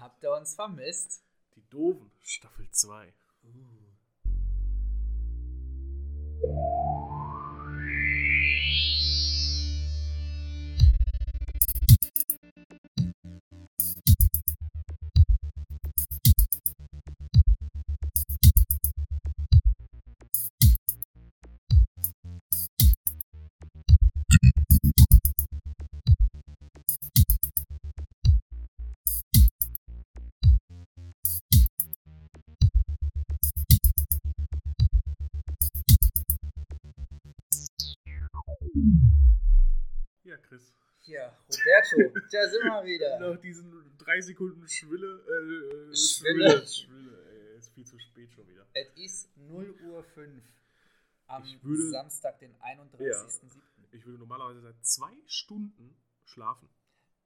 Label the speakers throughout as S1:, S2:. S1: habt ihr uns vermisst?
S2: Die Doofen, Staffel 2. Ja, Chris.
S1: Hier, Roberto, da sind wir wieder.
S2: Nach diesen drei Sekunden Schwille. Äh, äh,
S1: Schwille.
S2: Schwille. Schwille, ey, ist viel zu spät schon wieder.
S1: Es ist 0.05 Uhr am
S2: Ich würde-
S1: Samstag, den 31.07.
S2: Ich würde normalerweise seit zwei Stunden schlafen.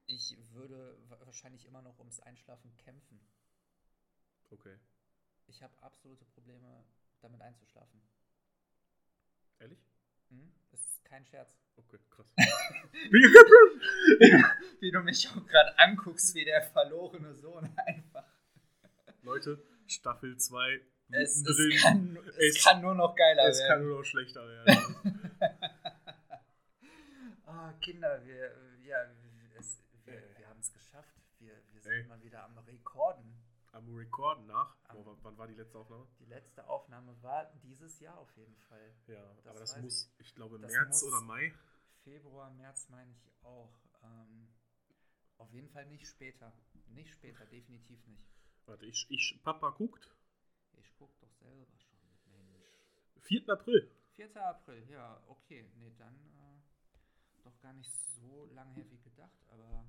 S1: Ich würde wa- wahrscheinlich immer noch ums Einschlafen kämpfen.
S2: Okay.
S1: Ich habe absolute Probleme, damit einzuschlafen.
S2: Ehrlich?
S1: Hm? Das ist kein Scherz.
S2: Okay, krass.
S1: Wie du mich auch gerade anguckst, wie der verlorene Sohn einfach.
S2: Leute, Staffel 2.
S1: Es,
S2: mittendrin.
S1: es, kann, es,
S2: Es-
S1: kann nur noch geiler
S2: es kann
S1: werden.
S2: nur noch schlechter werden.
S1: Ah, Kinder, wir, ja, es, wir, wir haben es geschafft. Wir, wir sind
S2: Ey.
S1: mal wieder am Rekorden.
S2: Am Rekorden nach. Boah, wann- wann war die letzte Aufnahme?
S1: Die letzte Aufnahme war dieses Jahr auf jeden Fall.
S2: Ja,
S1: Das
S2: aber das
S1: weiß
S2: muss, ich glaube,
S1: Das
S2: März
S1: muss-
S2: oder Mai.
S1: Februar, März meine ich auch. Ähm, auf jeden Fall nicht später. Nicht später, definitiv nicht.
S2: Warte, ich, ich, Papa guckt.
S1: Ich guck doch selber schon, Mensch.
S2: 4. April.
S1: 4. April, ja, okay. Nee, dann äh, doch gar nicht so lang her wie gedacht, aber,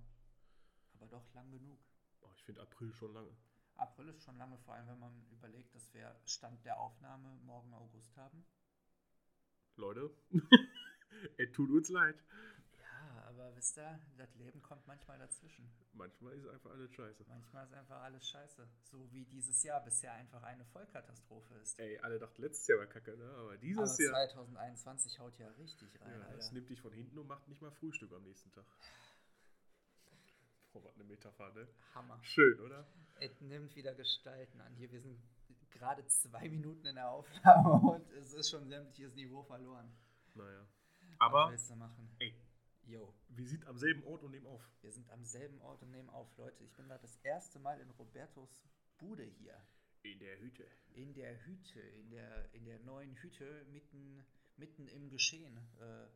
S1: aber doch lang genug.
S2: Oh, ich finde April schon lange.
S1: April ist schon lange, vor allem wenn man überlegt, dass wir Stand der Aufnahme morgen August haben.
S2: Leute, es tut uns leid.
S1: Ja, aber wisst ihr, das Leben kommt manchmal dazwischen.
S2: Manchmal ist einfach alles scheiße.
S1: Manchmal ist einfach alles scheiße. So wie dieses Jahr bisher einfach eine Vollkatastrophe ist.
S2: Ey, alle dachten, letztes Jahr war kacke, ne? Aber
S1: aber
S2: dieses Jahr.
S1: 2021 haut ja richtig rein,
S2: Ja, das
S1: Alter.
S2: nimmt dich von hinten und macht nicht mal Frühstück am nächsten Tag. Boah, was eine Metapher, ne?
S1: Hammer.
S2: Schön, oder?
S1: Es nimmt wieder Gestalten an. Hier, wir sind gerade zwei Minuten in der Aufnahme und es ist schon sämtliches Niveau verloren.
S2: Naja.
S1: Was
S2: Aber,
S1: willst du machen?
S2: ey,
S1: Yo,
S2: wir sind am selben Ort und nehmen auf.
S1: wir sind am selben Ort und nehmen auf, Leute. Ich bin gerade das erste Mal in Robertos Bude hier.
S2: In der Hüte.
S1: In der Hüte, in der, in der neuen Hüte, mitten, mitten im Geschehen. Äh,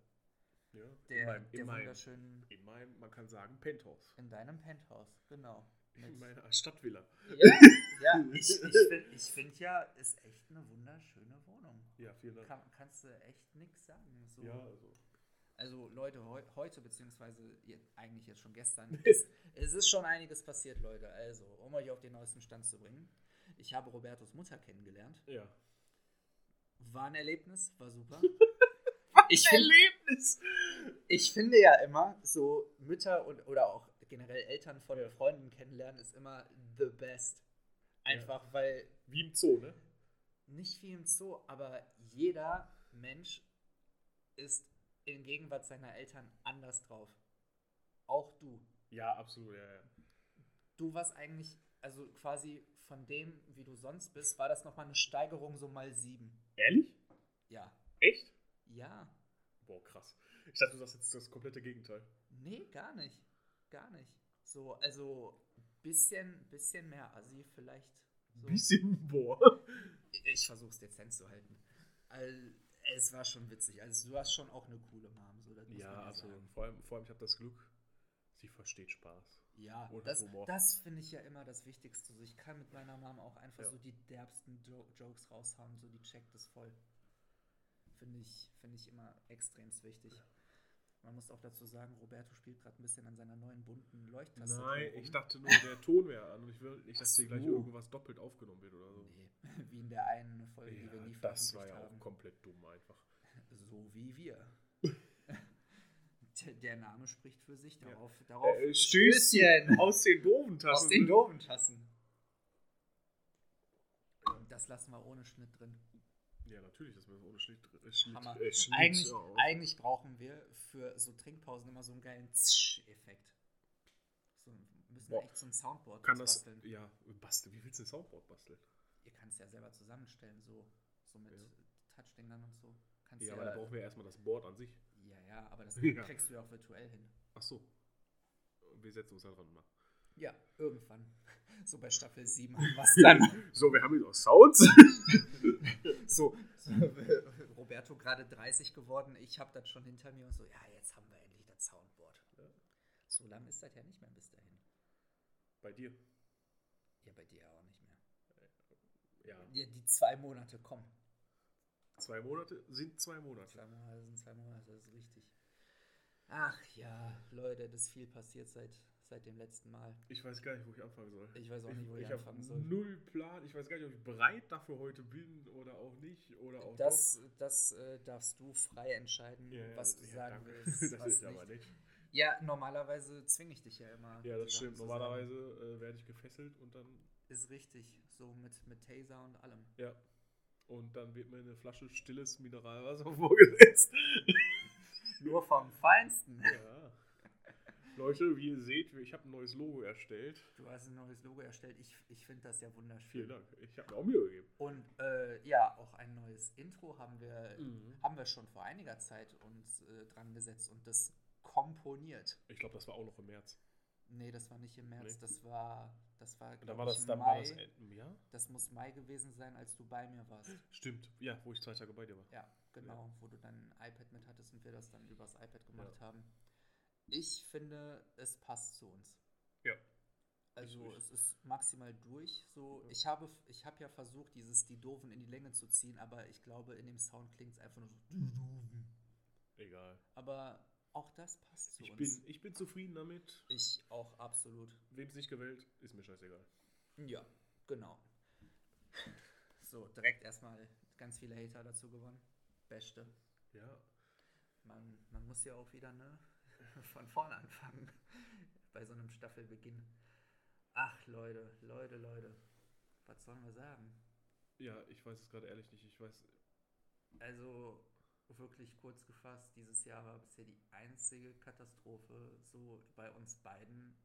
S2: Ja, in
S1: der
S2: meinem,
S1: der
S2: in meinem,
S1: wunderschönen,
S2: in meinem, man kann sagen, Penthouse.
S1: in deinem Penthouse, genau.
S2: In
S1: Mit-
S2: meiner Stadtvilla.
S1: Ja, ja ich, ich finde ich find ja, ist echt eine wunderschöne Wohnung.
S2: Ja, vielen Dank.
S1: Kann, kannst du echt nichts sagen. So.
S2: Ja, also.
S1: Also Leute, heu heute, beziehungsweise ihr, eigentlich jetzt schon gestern, ist, es ist schon einiges passiert, Leute. Also, um euch auf den neuesten Stand zu bringen. Ich habe Robertos Mutter kennengelernt.
S2: Ja.
S1: War ein Erlebnis, war super. ich, find,
S2: Erlebnis!
S1: ich finde ja immer, so Mütter und oder auch generell Eltern von
S2: Ja.
S1: Freunden kennenlernen ist immer the best. Einfach weil
S2: Wie im Zoo, ne?
S1: nicht wie im Zoo, aber jeder Mensch ist in Gegenwart seiner Eltern anders drauf. Auch du.
S2: Ja, absolut, ja, ja.
S1: Du warst eigentlich, also quasi von dem, wie du sonst bist, war das nochmal eine Steigerung so mal sieben.
S2: Ehrlich?
S1: Ja.
S2: Echt?
S1: Ja.
S2: Boah, krass. Ich dachte, du sagst jetzt das komplette Gegenteil.
S1: Nee, gar nicht. Gar nicht. So, also bisschen, bisschen mehr Assi vielleicht. So.
S2: Bisschen, boah.
S1: Ich versuch's dezent zu halten. Also, es war schon witzig. Also du hast schon auch eine coole Mom. So, das muss man
S2: Ja, also,
S1: sagen.
S2: absolut. Vor allem, vor allem ich habe das Glück, sie versteht Spaß.
S1: Ja,
S2: Oder
S1: das,
S2: Humor.
S1: das finde ich ja immer das Wichtigste. So, ich kann mit meiner Mom auch einfach
S2: Ja.
S1: so die derbsten jo Jokes raushauen, so die checkt das voll. Finde ich, finde ich immer extremst wichtig. Man muss auch dazu sagen, Roberto spielt gerade ein bisschen an seiner neuen bunten Leuchttastatur
S2: Nein,
S1: rum.
S2: ich dachte nur, der Ton wäre an und ich will nicht, dass hier
S1: Ach
S2: gleich
S1: so.
S2: irgendwas doppelt aufgenommen wird oder so.
S1: Nee, wie in der einen Folge, die wir
S2: Also Ja,
S1: nie
S2: das
S1: veröffentlicht
S2: war ja auch
S1: haben.
S2: komplett dumm einfach.
S1: So wie wir. Der- der Name spricht für sich,
S2: Ja.
S1: darauf, darauf
S2: Äh, Stößchen aus den doofen Tassen.
S1: aus den doofen Tassen. Das lassen wir ohne Schnitt drin.
S2: Ja, natürlich, das wäre ohne Schnitt. äh, Schnitt
S1: Hammer.
S2: äh, Schnitt,
S1: Eigentlich,
S2: ja, auch.
S1: eigentlich brauchen wir für so Trinkpausen immer so einen geilen Zsch-Effekt. So ein müssen
S2: Boah.
S1: echt so ein Soundboard
S2: Kann
S1: draus
S2: das,
S1: basteln.
S2: ja, basteln. Wie willst du ein Soundboard basteln?
S1: Ihr kannst ja selber zusammenstellen, so, so mit
S2: Ja.
S1: Touchdingern und so. Kannst
S2: Ja,
S1: ja,
S2: aber da brauchen wir erstmal das Board an sich.
S1: ja, ja, aber das
S2: Ja.
S1: kriegst du ja auch virtuell hin.
S2: Ach so. Wir setzen uns halt da dran. Mal.
S1: Ja, irgendwann. So bei Staffel 7 haben wir es dann.
S2: So, wir haben jetzt auch Sounds.
S1: So, so, äh, Roberto gerade 30 geworden, ich habe das schon hinter mir und so, ja, jetzt haben wir endlich das Soundboard. So lange ist das ja nicht mehr bis dahin.
S2: Bei dir.
S1: Ja, bei dir auch nicht mehr.
S2: Ja.
S1: Ja, die zwei Monate kommen.
S2: Zwei Monate sind zwei Monate.
S1: Zwei Monate sind zwei Monate, das ist richtig. Ach ja, Leute, das ist viel passiert seit, seit dem letzten Mal.
S2: Ich weiß gar nicht, wo ich anfangen soll.
S1: Ich weiß auch nicht, wo ich,
S2: hab
S1: anfangen soll.
S2: Null Plan. Ich weiß gar nicht, ob ich bereit dafür heute bin oder auch nicht. Oder auch
S1: Das, das äh, darfst du frei entscheiden,
S2: doch. Ja, ja,
S1: was du
S2: ja,
S1: sagen
S2: danke.
S1: willst.
S2: Das
S1: was
S2: ist
S1: nicht.
S2: aber nicht.
S1: Ja, normalerweise zwinge ich dich ja immer.
S2: Ja, das
S1: die Sachen
S2: stimmt.
S1: zu
S2: Normalerweise äh, werde ich gefesselt und dann.
S1: Sagen. Ist richtig. So mit, mit Taser und allem.
S2: Ja. Und dann wird mir eine Flasche stilles Mineralwasser vorgesetzt.
S1: Nur vom Feinsten.
S2: Ja. Leute, wie ihr seht, ich habe ein neues Logo erstellt.
S1: Du hast ein neues Logo erstellt. Ich, ich finde das ja
S2: Vielen
S1: wunderschön.
S2: Dank. Ich habe mir auch Mühe gegeben.
S1: Und äh, ja, auch ein neues Intro haben wir,
S2: Mhm.
S1: haben wir schon vor einiger Zeit uns äh, dran gesetzt und das komponiert.
S2: Ich glaube, das war auch noch im März.
S1: Nee, das war nicht im März,
S2: Nee.
S1: das war, das war,
S2: Und
S1: glaub
S2: dann war
S1: ich,
S2: das, dann
S1: Mai.
S2: war das Ende, ja?
S1: Das muss Mai gewesen sein, als du bei mir warst.
S2: Stimmt. Ja, wo ich zwei Tage bei dir war.
S1: Ja, genau, wo du dein iPad mit hattest und wir das dann übers iPad gemacht haben. Ich finde, es passt zu uns.
S2: Ja.
S1: Also
S2: Ich-
S1: es ist maximal durch. So,
S2: Ja.
S1: ich habe, ich habe ja versucht, dieses die Doofen in die Länge zu ziehen, aber ich glaube, in dem Sound klingt es einfach nur so. "Die Doofen."
S2: Egal.
S1: Aber auch das passt zu
S2: Ich
S1: uns.
S2: bin, ich bin zufrieden damit.
S1: ich auch absolut.
S2: Wem es nicht gewählt, ist mir scheißegal.
S1: Ja, genau. So, direkt erstmal ganz viele Hater dazu gewonnen. Beste.
S2: Ja.
S1: Man, man muss ja auch wieder ne, von vorne anfangen bei so einem Staffelbeginn. Ach Leute, Leute, Leute, was sollen wir sagen?
S2: Ja, ich weiß es gerade ehrlich nicht. Ich weiß.
S1: Also wirklich kurz gefasst, dieses Jahr war bisher die einzige Katastrophe so bei uns beiden.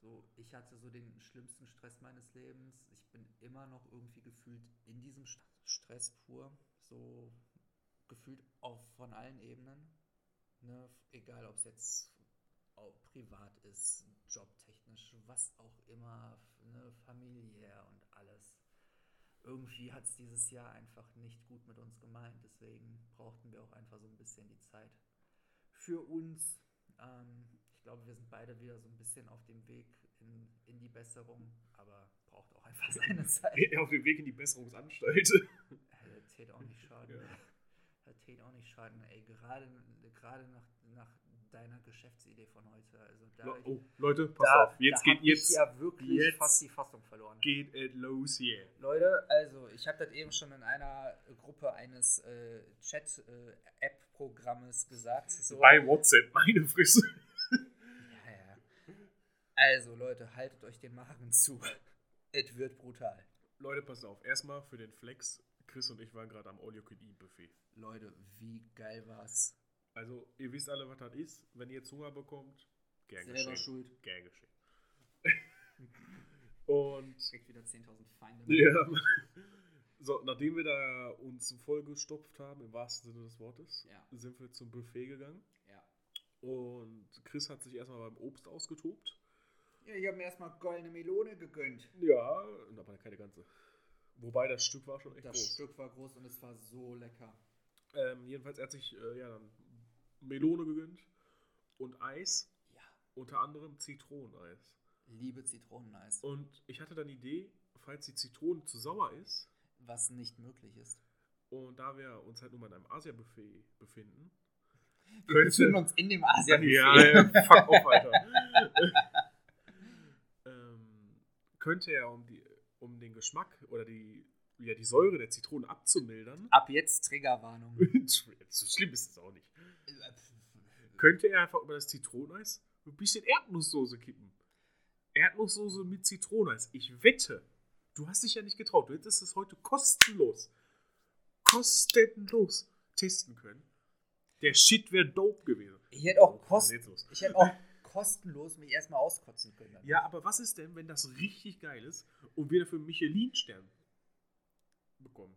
S1: So, ich hatte so den schlimmsten Stress meines Lebens. Ich bin immer noch irgendwie gefühlt in diesem St- Stress pur, so gefühlt auf von allen Ebenen. Ne? Egal, ob es jetzt au- privat ist, jobtechnisch, was auch immer, f- ne? familiär und alles irgendwie hat es dieses Jahr einfach nicht gut mit uns gemeint. Deswegen brauchten wir auch einfach so ein bisschen die Zeit für uns. Ähm, ich glaube, wir sind beide wieder so ein bisschen auf dem Weg in, in die Besserung, aber braucht auch einfach seine Zeit.
S2: Auf dem Weg in die Besserungsanstalt.
S1: Äh, Tät auch nicht schaden.
S2: Ja.
S1: Ja. Tät auch nicht schaden. Ey, gerade, gerade nach, nach deiner Geschäftsidee von heute. Also da,
S2: Le- Oh, Leute, passt
S1: da,
S2: auf. Jetzt
S1: da
S2: geht
S1: hab
S2: jetzt
S1: ich ja wirklich
S2: jetzt-
S1: fast die Fassung verloren.
S2: geht it los hier.
S1: Leute, also ich habe das eben schon in einer Gruppe eines äh, Chat-App-Programmes gesagt. So.
S2: Bei WhatsApp, meine Fresse.
S1: Ja, ja. Also Leute, haltet euch den Magen zu. Es wird brutal.
S2: Leute, passt auf. Erstmal für den Flex. Chris und ich waren gerade am All You Can Eat Buffet.
S1: Leute, wie geil war's?
S2: Also, ihr wisst alle, was das ist. Wenn ihr jetzt Hunger bekommt, gern
S1: Selber
S2: geschehen.
S1: schuld.
S2: Gern geschehen. und
S1: Kriegt wieder 10.000 Feinde.
S2: ja. So, nachdem wir da uns vollgestopft haben, im wahrsten Sinne des Wortes,
S1: Ja.
S2: sind wir zum Buffet gegangen.
S1: Ja.
S2: Und Chris hat sich erstmal beim Obst ausgetobt.
S1: Ja, ich habe mir erstmal goldene Melone gegönnt.
S2: Ja, aber keine ganze. Wobei das Stück war schon echt
S1: Das
S2: groß.
S1: Stück war groß und es war so lecker.
S2: Ähm, jedenfalls, er hat sich äh, ja, dann Melone gegönnt und Eis,
S1: Ja.
S2: unter anderem Zitroneneis.
S1: Liebe Zitroneneis,
S2: Und ich hatte dann die Idee, falls die Zitrone zu sauer ist,
S1: was nicht möglich ist.
S2: und da wir uns halt nun mal in einem Asia-Buffet befinden,
S1: Wir befinden uns in dem asien
S2: Ja, ja, fuck off, Alter. ähm, könnte ja, um, die, um den Geschmack oder die, ja, die Säure der Zitronen abzumildern,
S1: Ab jetzt Triggerwarnung.
S2: so schlimm ist es auch nicht, könnte er einfach über das Zitroneneis ein bisschen Erdnusssoße kippen. Erdnusssoße mit Zitroneneis. Ich wette, du hast dich ja nicht getraut. Du hättest es heute kostenlos, kostenlos testen können. Der Shit wäre dope gewesen.
S1: Ich hätte auch
S2: Was
S1: Oh, kost
S2: ist jetzt los?
S1: ich hätte auch kostenlos mich erstmal auskotzen können. damit.
S2: Ja, aber was ist denn, wenn das richtig geil ist und wir dafür einen Michelin-Stern bekommen?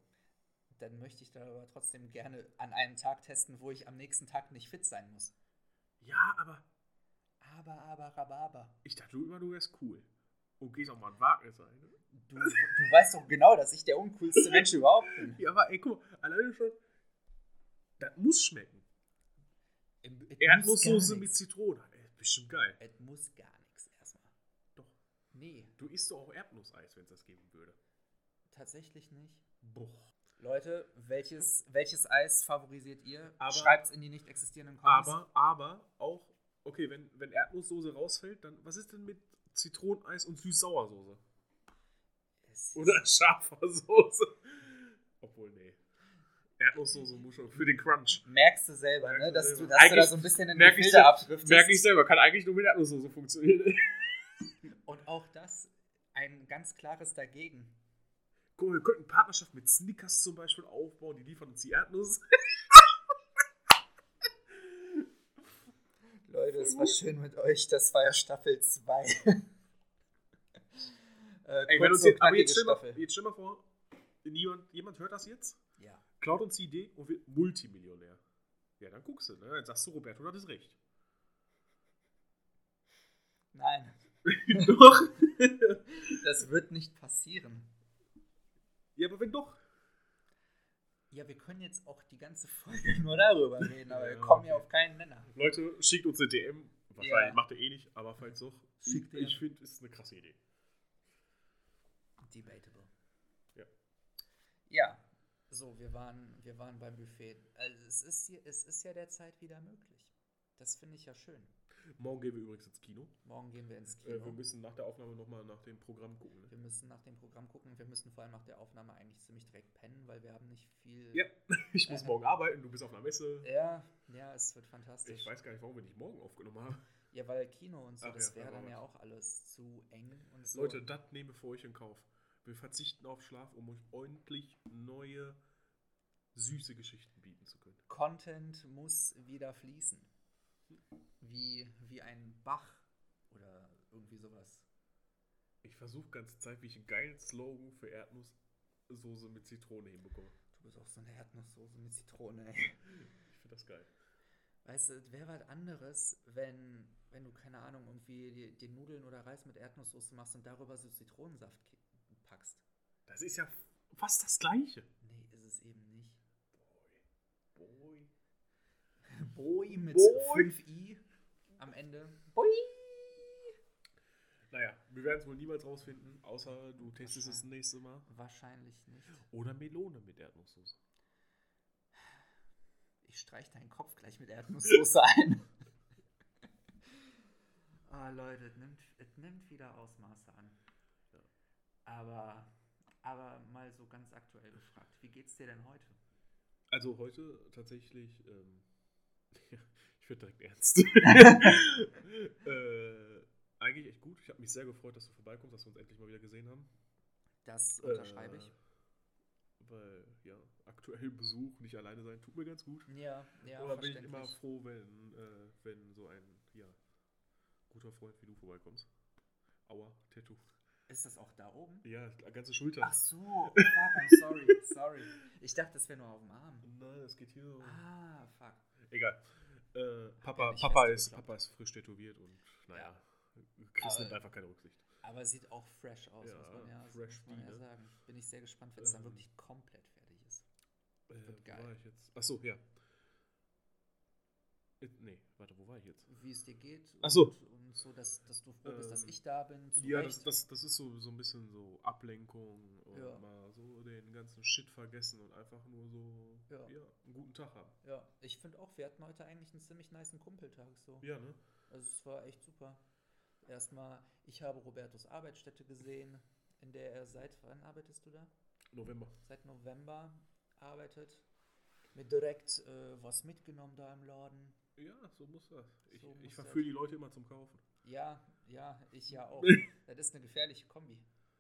S1: Dann möchte ich da aber trotzdem gerne an einem Tag testen, wo ich am nächsten Tag nicht fit sein muss.
S2: Ja, aber
S1: Aber, aber, rababa.
S2: ich dachte immer, du wärst cool. Und gehst auch mal ein Wagnis ein. Ne?
S1: Du, du weißt doch genau, dass ich der uncoolste Mensch überhaupt bin.
S2: Ja, aber ey, guck mal, alleine schon, das muss schmecken.
S1: Im- es muss gar
S2: Erdnusssoße mit
S1: nix.
S2: Zitrone. Ey, bestimmt geil.
S1: Es muss gar nichts erstmal.
S2: Doch.
S1: Nee,
S2: Du isst doch auch Erdnusseis, wenn es das geben würde.
S1: tatsächlich nicht.
S2: Boah.
S1: Leute, welches, welches Eis favorisiert ihr?
S2: Aber-
S1: Schreibt's in die nicht existierenden Comments.
S2: Aber, aber auch, okay, wenn, wenn Erdnusssoße rausfällt, dann was ist denn mit Zitroneneis und süß-sauersoße?
S1: Es ist-
S2: Oder Schaffersoße? Obwohl, nee. Erdnusssoße muss schon für den Crunch.
S1: Merkst du selber,
S2: Merkst
S1: ne?
S2: du
S1: Dass,
S2: selber.
S1: Du, dass du da
S2: Eigentlich
S1: so ein bisschen in die
S2: merk ich
S1: Filter
S2: sel-
S1: abdriftest.
S2: Merke ich selber, kann eigentlich nur mit Erdnusssoße funktionieren.
S1: Und auch das ein ganz klares Dagegen.
S2: Guck mal, wir könnten Partnerschaft mit Snickers zum Beispiel aufbauen, die liefern uns die Erdnuss.
S1: Leute, es war schön mit euch. Das war ja Staffel 2. äh,
S2: Ey, wenn
S1: kurz
S2: uns
S1: und
S2: jetzt, aber
S1: knackige
S2: jetzt stell, mal,
S1: Staffel.
S2: jetzt stell mal vor, niemand, jemand hört das jetzt,
S1: Ja.
S2: klaut uns die Idee und wird Multimillionär. Ja, dann guckst du, ne? Dann sagst du, Roberto, das ist recht.
S1: Nein,
S2: doch.
S1: das wird nicht passieren.
S2: ja, aber wenn doch.
S1: Ja, wir können jetzt auch die ganze Folge nur darüber reden, aber wir
S2: Ja,
S1: kommen ja
S2: okay.
S1: auf keinen Nenner.
S2: Leute, schickt uns eine DM. Wahrscheinlich
S1: Ja.
S2: macht er eh nicht, aber falls doch,
S1: Schickt DM.
S2: ich finde, ist eine krasse Idee.
S1: Debatable.
S2: Ja.
S1: Ja, so, wir waren, wir waren beim Buffet. Also es, ist hier, es ist ja derzeit wieder möglich. Das finde ich ja schön.
S2: Morgen gehen wir übrigens ins Kino.
S1: Morgen gehen wir ins Kino.
S2: Äh, wir müssen nach der Aufnahme nochmal nach dem Programm gucken. Ne?
S1: wir müssen nach dem Programm gucken. Wir müssen vor allem nach der Aufnahme eigentlich ziemlich direkt pennen, weil wir haben nicht viel.
S2: Ja. Ich muss
S1: Äh.
S2: morgen arbeiten, du bist auf einer Messe.
S1: Ja, ja, es wird fantastisch.
S2: Ich weiß gar nicht, warum wir nicht morgen aufgenommen haben.
S1: Ja, weil Kino und so,
S2: Ach ja,
S1: das wäre
S2: da war
S1: dann ja
S2: was.
S1: auch alles zu eng und so.
S2: Leute, das nehme für euch in Kauf. Wir verzichten auf Schlaf, um euch ordentlich neue, süße Geschichten bieten zu können.
S1: Content muss wieder fließen. Wie, wie ein Bach oder irgendwie sowas.
S2: Ich versuche ganze Zeit, wie ich einen geilen Slogan für Erdnusssoße mit Zitrone hinbekomme.
S1: Du bist auch so eine Erdnusssoße mit Zitrone, ey.
S2: Ich finde das geil.
S1: Weißt du, es wäre was anderes, wenn, wenn du, keine Ahnung, irgendwie die, die Nudeln oder Reis mit Erdnusssoße machst und darüber so Zitronensaft ki- packst.
S2: Das ist ja fast das Gleiche.
S1: Nee, ist es eben nicht.
S2: Boy. Boy.
S1: Boi mit
S2: Boi.
S1: 5i am Ende. Boi!
S2: Naja, wir werden es wohl niemals rausfinden, außer du testest es das nächste Mal.
S1: Wahrscheinlich nicht.
S2: Oder Melone mit Erdnusssoße.
S1: Ich streich deinen Kopf gleich mit Erdnusssoße ein. Ah, Leute, es nimmt, es nimmt wieder Ausmaße an. Aber, aber mal so ganz aktuell gefragt, wie geht's dir denn heute?
S2: Also heute tatsächlich, ähm, ich werde direkt ernst. äh, eigentlich echt gut. Ich habe mich sehr gefreut, dass du vorbeikommst, dass wir uns endlich mal wieder gesehen haben.
S1: Das unterschreibe ich.
S2: Äh, weil, ja, aktuell Besuch, nicht alleine sein, tut mir ganz gut.
S1: Äh, Ja, ja,
S2: Aber bin ich immer
S1: verständlich.
S2: froh, wenn, äh, wenn so ein ja, guter Freund wie du vorbeikommst. Aua, Tattoo.
S1: Ist das auch da oben?
S2: Ja, ganze Schulter.
S1: Ach so, fuck, I'm sorry, sorry. Ich dachte, das wäre nur auf dem Arm.
S2: Nein, das geht hier so.
S1: Ah, fuck.
S2: Egal. Äh,
S1: ja
S2: Papa,
S1: nicht
S2: Papa,
S1: fest
S2: ist,
S1: geglaubt.
S2: Papa ist frisch tätowiert und naja, Chris
S1: Aber-
S2: nimmt einfach keine Rücksicht.
S1: Aber sieht auch fresh aus,
S2: Ja,
S1: muss man ja,
S2: fresh
S1: muss man ja
S2: wie, ne?
S1: sagen. Bin ich sehr gespannt, wenn es dann
S2: Ähm.
S1: wirklich komplett fertig ist.
S2: Äh,
S1: Wird
S2: wo
S1: geil.
S2: war ich jetzt? Achso, ja. Äh, nee, warte, wo war ich jetzt?
S1: wie es dir geht.
S2: Ach so.
S1: Und, und so, dass, dass du froh bist, dass
S2: Ähm,
S1: ich da bin. Zu
S2: Ja,
S1: Recht.
S2: das, das, das ist so, so ein bisschen so Ablenkung und
S1: Ja.
S2: mal so den ganzen Shit vergessen und einfach nur so
S1: Ja.
S2: ja. einen guten Tag haben.
S1: ja. Ich finde auch, wir hatten heute eigentlich einen ziemlich niceen Kumpeltag. So.
S2: Ja, ne?
S1: Also es war echt super. Erstmal, ich habe Robertos Arbeitsstätte gesehen, in der er seit wann arbeitest du da?
S2: November.
S1: Seit November arbeitet. Mir direkt äh, was mitgenommen da im Laden.
S2: Ja, so muss das. Ich,
S1: So muss
S2: ich verführe die Leute immer zum Kaufen.
S1: Ja, ja, ich ja auch. das ist eine gefährliche Kombi.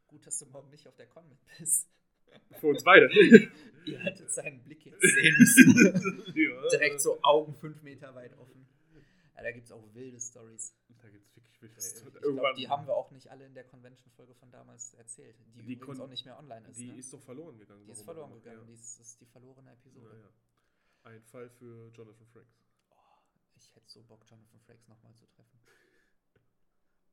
S1: Gut, dass du morgen nicht auf der Con mit bist.
S2: Für uns beide.
S1: Ihr hättet seinen Blick jetzt sehen müssen.
S2: ja.
S1: Direkt so Augen fünf Meter weit offen. Ja, da gibt es auch wilde Stories. Äh,
S2: Da gibt's wirklich
S1: Ich
S2: wildes.
S1: glaube, die haben wir auch nicht alle in der Convention-Folge von damals erzählt, die,
S2: Die
S1: übrigens
S2: Con-
S1: auch nicht mehr online ist.
S2: Die
S1: ne?
S2: ist doch verloren gegangen.
S1: die ist
S2: warum auch
S1: verloren
S2: immer.
S1: gegangen, die
S2: Ja.
S1: ist, ist die verlorene Episode.
S2: Naja. Ein Fall für Jonathan Franks.
S1: Oh, Ich hätte so Bock, Jonathan Frakes nochmal zu treffen.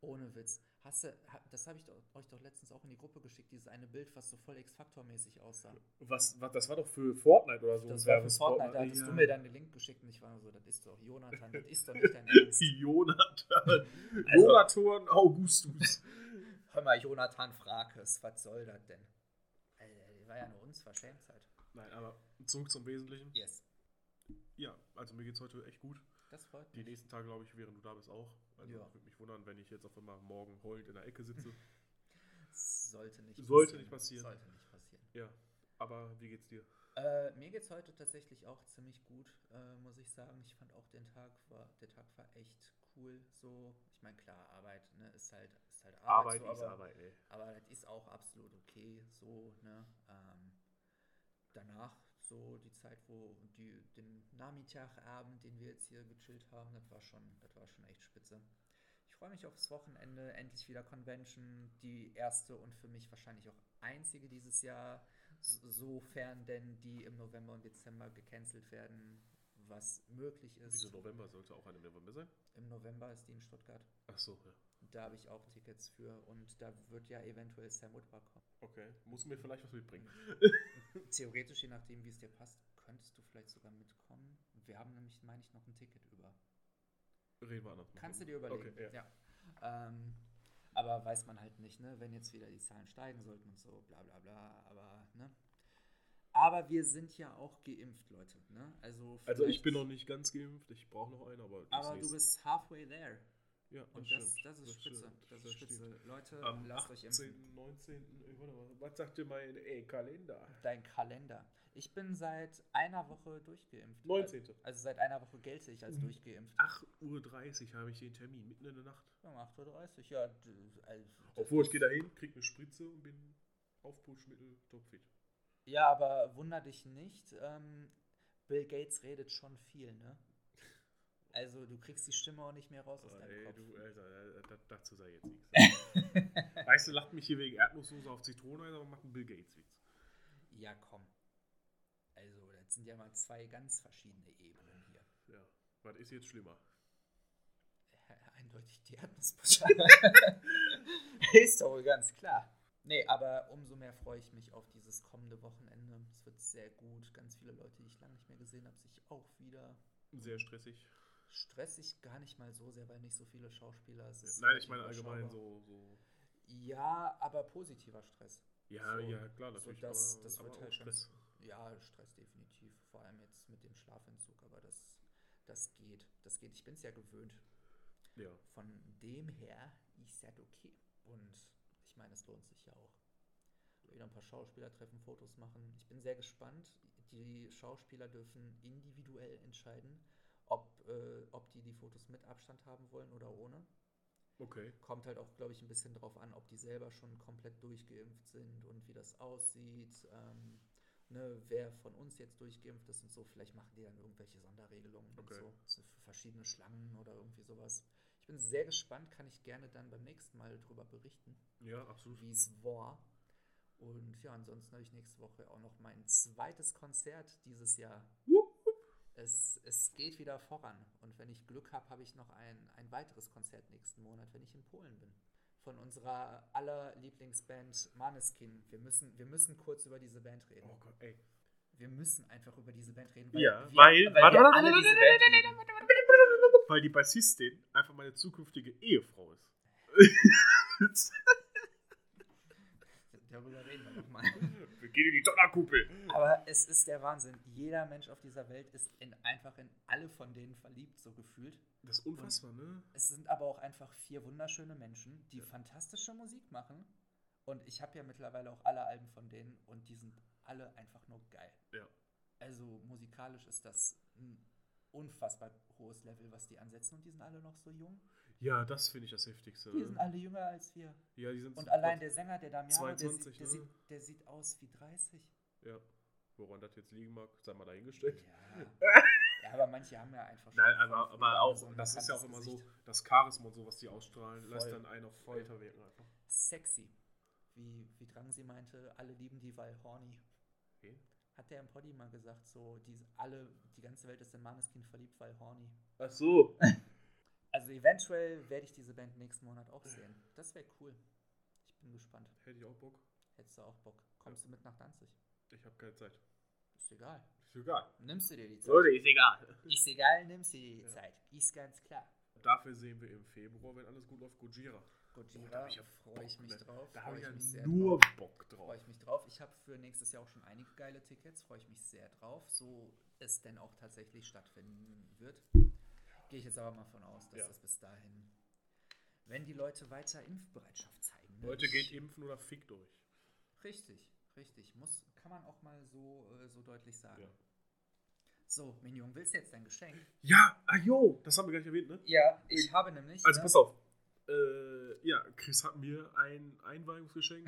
S1: Ohne Witz. Hast du, ha- das habe ich doch, euch doch letztens auch in die Gruppe geschickt, dieses eine Bild, was so voll X-Factor-mäßig aussah.
S2: Was, was, das war doch für Fortnite oder so.
S1: Das war
S2: ein ne?
S1: für
S2: Werbes-
S1: Fortnite, da hattest
S2: ja.
S1: du mir dann den Link geschickt und ich war nur so, das ist doch Jonathan, das ist doch nicht dein Ernst.
S2: Jonathan.
S1: Also-
S2: Jonathan Augustus.
S1: Hör mal, Jonathan Frakes, was soll das denn? Alter, Äh, die war ja eine Unverschämtheit.
S2: Nein, aber zurück zum Wesentlichen.
S1: Yes.
S2: Ja, also mir geht's heute echt gut.
S1: Das freut
S2: Die
S1: mich.
S2: nächsten Tage, glaube ich, während du da bist auch. Also
S1: Ja.
S2: würde mich wundern, wenn ich jetzt auf einmal morgen heulend in der Ecke sitze.
S1: Sollte nicht
S2: Sollte nicht passieren.
S1: Sollte nicht passieren.
S2: ja. Aber wie geht's dir?
S1: Äh, mir geht's heute tatsächlich auch ziemlich gut, äh, muss ich sagen. Ich fand auch den Tag war, der Tag war echt cool. So, ich meine, klar, Arbeit, ne, ist halt, ist halt Arbeit. so, aber,
S2: Arbeit, ey.
S1: aber das ist auch absolut okay. So, ne. Ähm, danach, so die Zeit, wo die, den Nachmittagabend, den wir jetzt hier gechillt haben, das war schon, das war schon echt spitze. Ich freue mich aufs Wochenende, endlich wieder Convention, die erste und für mich wahrscheinlich auch einzige dieses Jahr, s- sofern denn die im November und Dezember gecancelt werden, was möglich ist.
S2: Wieso November sollte auch eine November sein?
S1: Im November ist die in Stuttgart.
S2: Ach so, ja.
S1: Da habe ich auch Tickets für und da wird ja eventuell Sam Woodward kommen.
S2: Okay. Muss mir vielleicht was mitbringen.
S1: Theoretisch, je nachdem, wie es dir passt, könntest du vielleicht sogar mitkommen. Wir haben nämlich, meine ich, noch ein Ticket über.
S2: Reden wir anders. mal
S1: Kannst du
S2: drüber.
S1: dir überlegen.
S2: Okay, ja.
S1: Ähm, aber weiß man halt nicht, ne? wenn jetzt wieder die Zahlen steigen sollten und so, bla bla bla. Aber, ne? aber wir sind ja auch geimpft, Leute. Ne? Also,
S2: Also ich
S1: vielleicht-
S2: bin noch nicht ganz geimpft, ich brauche noch einen, aber. das
S1: Aber du
S2: nächste-
S1: bist halfway there.
S2: Ja,
S1: Und das,
S2: stimmt,
S1: das ist spitze.
S2: stimmt,
S1: Das ist
S2: stimmt.
S1: spitze. Leute,
S2: Am
S1: lasst euch impfen.
S2: 18., 19. ich warte mal, Was sagt dir mein ey, Kalender?
S1: Dein Kalender. Ich bin seit einer Woche durchgeimpft.
S2: 19.
S1: Also seit einer Woche gelte ich als
S2: Mhm.
S1: durchgeimpft.
S2: 8.30 Uhr habe ich den Termin, mitten in der Nacht.
S1: Um 8.30 Uhr, ja. d- Also, das
S2: Obwohl, ich
S1: ist-
S2: gehe da hin, kriege eine Spritze und bin auf Putschmittel topfit.
S1: Ja, aber wunder dich nicht. Ähm, Bill Gates redet schon viel, ne? Also, du kriegst die Stimme auch nicht mehr raus aus
S2: Ah,
S1: deinem
S2: Ey,
S1: Kopf.
S2: du, Alter, äh, da- dazu sei jetzt nichts. Weißt du, lacht mich hier wegen Erdnusssoße auf Zitrone, aber macht einen Bill Gates-Witz.
S1: Ja, komm. Also, das sind ja mal zwei ganz verschiedene Ebenen hier.
S2: Ja. Was ist jetzt schlimmer?
S1: Eindeutig die Erdnussbutter. Ist doch wohl ganz klar. Nee, aber umso mehr freue ich mich auf dieses kommende Wochenende. Es wird sehr gut. Ganz viele Leute, die ich lange nicht mehr gesehen habe, sich auch wieder.
S2: Sehr stressig.
S1: Stressig gar nicht mal so sehr, weil nicht so viele Schauspieler. Es ist
S2: Nein, ich
S1: relativ
S2: meine allgemein
S1: überschaubar.
S2: so. so.
S1: Ja, aber positiver Stress.
S2: Ja,
S1: So,
S2: ja, klar,
S1: so
S2: natürlich.
S1: das-
S2: aber-
S1: das wird
S2: aber
S1: halt
S2: auch
S1: schon-
S2: Stress.
S1: Ja, Stress definitiv. Vor allem jetzt mit dem Schlafentzug, aber das, das geht. Das geht. Ich bin es ja gewöhnt.
S2: Ja.
S1: Von dem her ist das okay. Und ich meine, es lohnt sich ja auch. Wieder ein paar Schauspieler treffen, Fotos machen. Ich bin sehr gespannt. Die Schauspieler dürfen individuell entscheiden, ob, äh, ob die die Fotos mit Abstand haben wollen oder ohne.
S2: Okay.
S1: Kommt halt auch, glaube ich, ein bisschen drauf an, ob die selber schon komplett durchgeimpft sind und wie das aussieht. Ähm, ne, wer von uns jetzt durchgeimpft ist und so. Vielleicht machen die dann irgendwelche Sonderregelungen
S2: Okay.
S1: und so. so. Für verschiedene Schlangen oder irgendwie sowas. Ich bin sehr gespannt, kann ich gerne dann beim nächsten Mal drüber berichten,
S2: Ja, absolut.
S1: wie es war. Und ja, ansonsten habe ich nächste Woche auch noch mein zweites Konzert dieses Jahr. Es, es geht wieder voran. Und wenn ich Glück habe, habe ich noch ein, ein weiteres Konzert nächsten Monat, wenn ich in Polen bin. Von unserer aller Lieblingsband Maneskin. Wir müssen, wir müssen kurz über diese Band reden.
S2: Oh Gott, ey.
S1: Wir müssen einfach über diese Band reden,
S2: Ja,
S1: wir,
S2: weil-
S1: weil
S2: warte,
S1: wir
S2: warte,
S1: alle
S2: warte,
S1: diese
S2: warte,
S1: Band lieben.
S2: Weil die Bassistin einfach meine zukünftige Ehefrau ist.
S1: Darüber reden wir nochmal.
S2: Wir gehen in die Donnerkuppel.
S1: Aber es ist der Wahnsinn. Jeder Mensch auf dieser Welt ist in, einfach in alle von denen verliebt, so gefühlt.
S2: Das ist unfassbar, ne?
S1: Es sind aber auch einfach vier wunderschöne Menschen, die fantastische Musik machen. Und ich habe ja mittlerweile auch alle Alben von denen und die sind alle einfach nur geil.
S2: Ja.
S1: Also musikalisch ist das ein unfassbar hohes Level, was die ansetzen. Und die sind alle noch so jung.
S2: Ja, das finde ich das Heftigste.
S1: Die
S2: ne?
S1: sind alle jünger als wir.
S2: ja, die sind
S1: Und allein der Sänger, der Damiano, der,
S2: 22,
S1: sieht, der,
S2: ne?
S1: sieht, der sieht aus wie 30.
S2: Ja. Woran das jetzt liegen mag, sei mal dahingestellt.
S1: Ja. Ja, aber manche haben ja einfach schon.
S2: Nein,
S1: von
S2: aber,
S1: früher
S2: aber auch,
S1: so ein
S2: das ist ja auch immer
S1: markantes
S2: so,
S1: Gesicht.
S2: das Charisma und so, was die ausstrahlen, lässt
S1: Voll.
S2: dann einen auf
S1: Voll.
S2: älter wirken einfach.
S1: Sexy. Wie, wie Drang sie meinte, alle lieben die, weil horny.
S2: Okay.
S1: Hat der im Poddy mal gesagt, so, die, alle, die ganze Welt ist in Maneskind verliebt, weil horny.
S2: Ach so.
S1: Also eventuell werde ich diese Band nächsten Monat auch sehen. Das wäre cool. Ich bin gespannt.
S2: Hätte ich auch Bock.
S1: Hättest du auch Bock. Kommst du mit nach Danzig?
S2: Ich habe keine Zeit.
S1: Ist egal.
S2: Ist egal.
S1: Nimmst du dir die Zeit?
S2: ist egal.
S1: Ist egal, nimmst du dir die
S2: Ja.
S1: Zeit. Ist ganz klar.
S2: Dafür sehen wir im Februar, wenn alles gut läuft, Gojira. Oh, da
S1: Gojira,
S2: hab ich ja
S1: freue ich
S2: Bock,
S1: mich
S2: ne?
S1: drauf.
S2: Da
S1: freu
S2: habe ich
S1: ich
S2: ja
S1: mich sehr
S2: nur
S1: drauf.
S2: Bock drauf.
S1: Freue ich mich drauf. Ich habe für nächstes Jahr auch schon einige geile Tickets. Freue ich mich sehr drauf. So es denn auch tatsächlich stattfinden wird. Gehe ich jetzt aber mal von aus, dass
S2: Ja.
S1: das bis dahin, wenn die Leute weiter Impfbereitschaft zeigen. ne?
S2: Leute, geht impfen oder fickt euch.
S1: Richtig, richtig. Muss, kann man auch mal so, äh, so deutlich sagen.
S2: Ja.
S1: So, Mignon, willst du jetzt dein Geschenk?
S2: Ja, ah jo, das haben wir gar nicht erwähnt, ne?
S1: Ja, ich habe nämlich.
S2: Also
S1: ne,
S2: pass auf. Äh, ja, Chris hat mir ein Einweihungsgeschenk.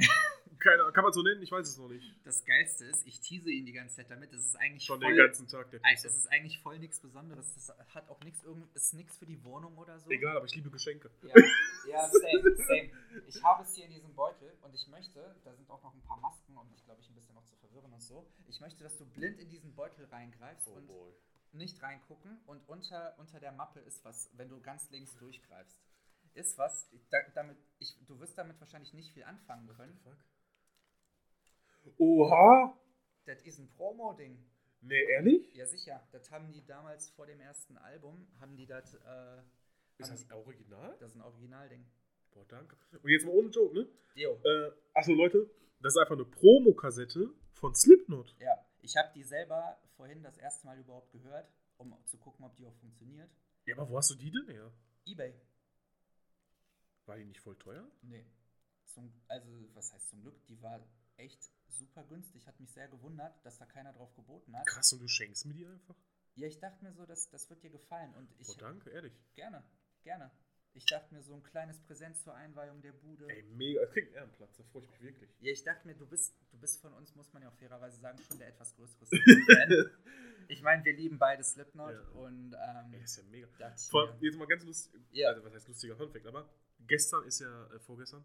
S2: Keine, Ahnung, kann man so nennen? Ich weiß es noch nicht.
S1: Das Geilste ist, ich tease ihn die ganze Zeit damit. Das ist eigentlich
S2: Schon
S1: voll,
S2: den ganzen Tag. Der
S1: Ey,
S2: Pisser.
S1: das ist eigentlich voll nichts Besonderes. Das hat auch nichts irgend, ist nichts für die Wohnung oder so.
S2: Egal, aber ich liebe Geschenke.
S1: Ja, ja same, same. Ich habe es hier in diesem Beutel und ich möchte, da sind auch noch ein paar Masken, um dich, glaube ich, ein bisschen noch zu verwirren und so. Ich möchte, dass du blind in diesen Beutel
S2: Oh
S1: reingreifst und nicht reingucken und unter, unter der Mappe ist was, wenn du ganz links durchgreifst. Ist was, da, damit, ich, du wirst damit wahrscheinlich nicht viel anfangen können.
S2: Oha!
S1: Das ist ein Promo-Ding.
S2: Nee, ehrlich?
S1: Ja, sicher. Das haben die damals vor dem ersten Album, haben die das, äh,
S2: Ist
S1: Haben
S2: das original?
S1: das ist ein Originalding.
S2: Boah, danke. Und jetzt mal ohne Joke, ne?
S1: Jo.
S2: Äh, achso, Leute, das ist einfach eine Promokassette von Slipknot.
S1: Ja, ich habe die selber vorhin das erste Mal überhaupt gehört, um zu gucken, ob die auch funktioniert.
S2: Ja, aber wo hast du die denn her?
S1: Ebay.
S2: War die nicht voll teuer?
S1: Nee. Zum, also, was heißt zum Glück? Die war echt super günstig. Hat mich sehr gewundert, dass da keiner drauf geboten hat.
S2: Krass, und du schenkst mir die einfach?
S1: Ja, ich dachte mir so, das, das wird dir gefallen. Und ich.
S2: Boah, danke, ehrlich.
S1: Gerne, gerne. Ich dachte mir so ein kleines Präsent zur Einweihung der Bude.
S2: Ey, mega, das kriegt Ehrenplatz, da freue ich mich wirklich.
S1: Ja, ich dachte mir, du bist, du bist von uns, muss man ja auch fairerweise sagen, schon der etwas größere Slipknot-Fan. ich meine, wir lieben beide Slipknot
S2: Ja.
S1: und
S2: Ey,
S1: ähm,
S2: das ist ja mega.
S1: dachte ich
S2: Vor,
S1: mir,
S2: jetzt mal ganz lustig,
S1: Ja.
S2: also was heißt lustiger Funfact, aber gestern ist ja, äh, vorgestern,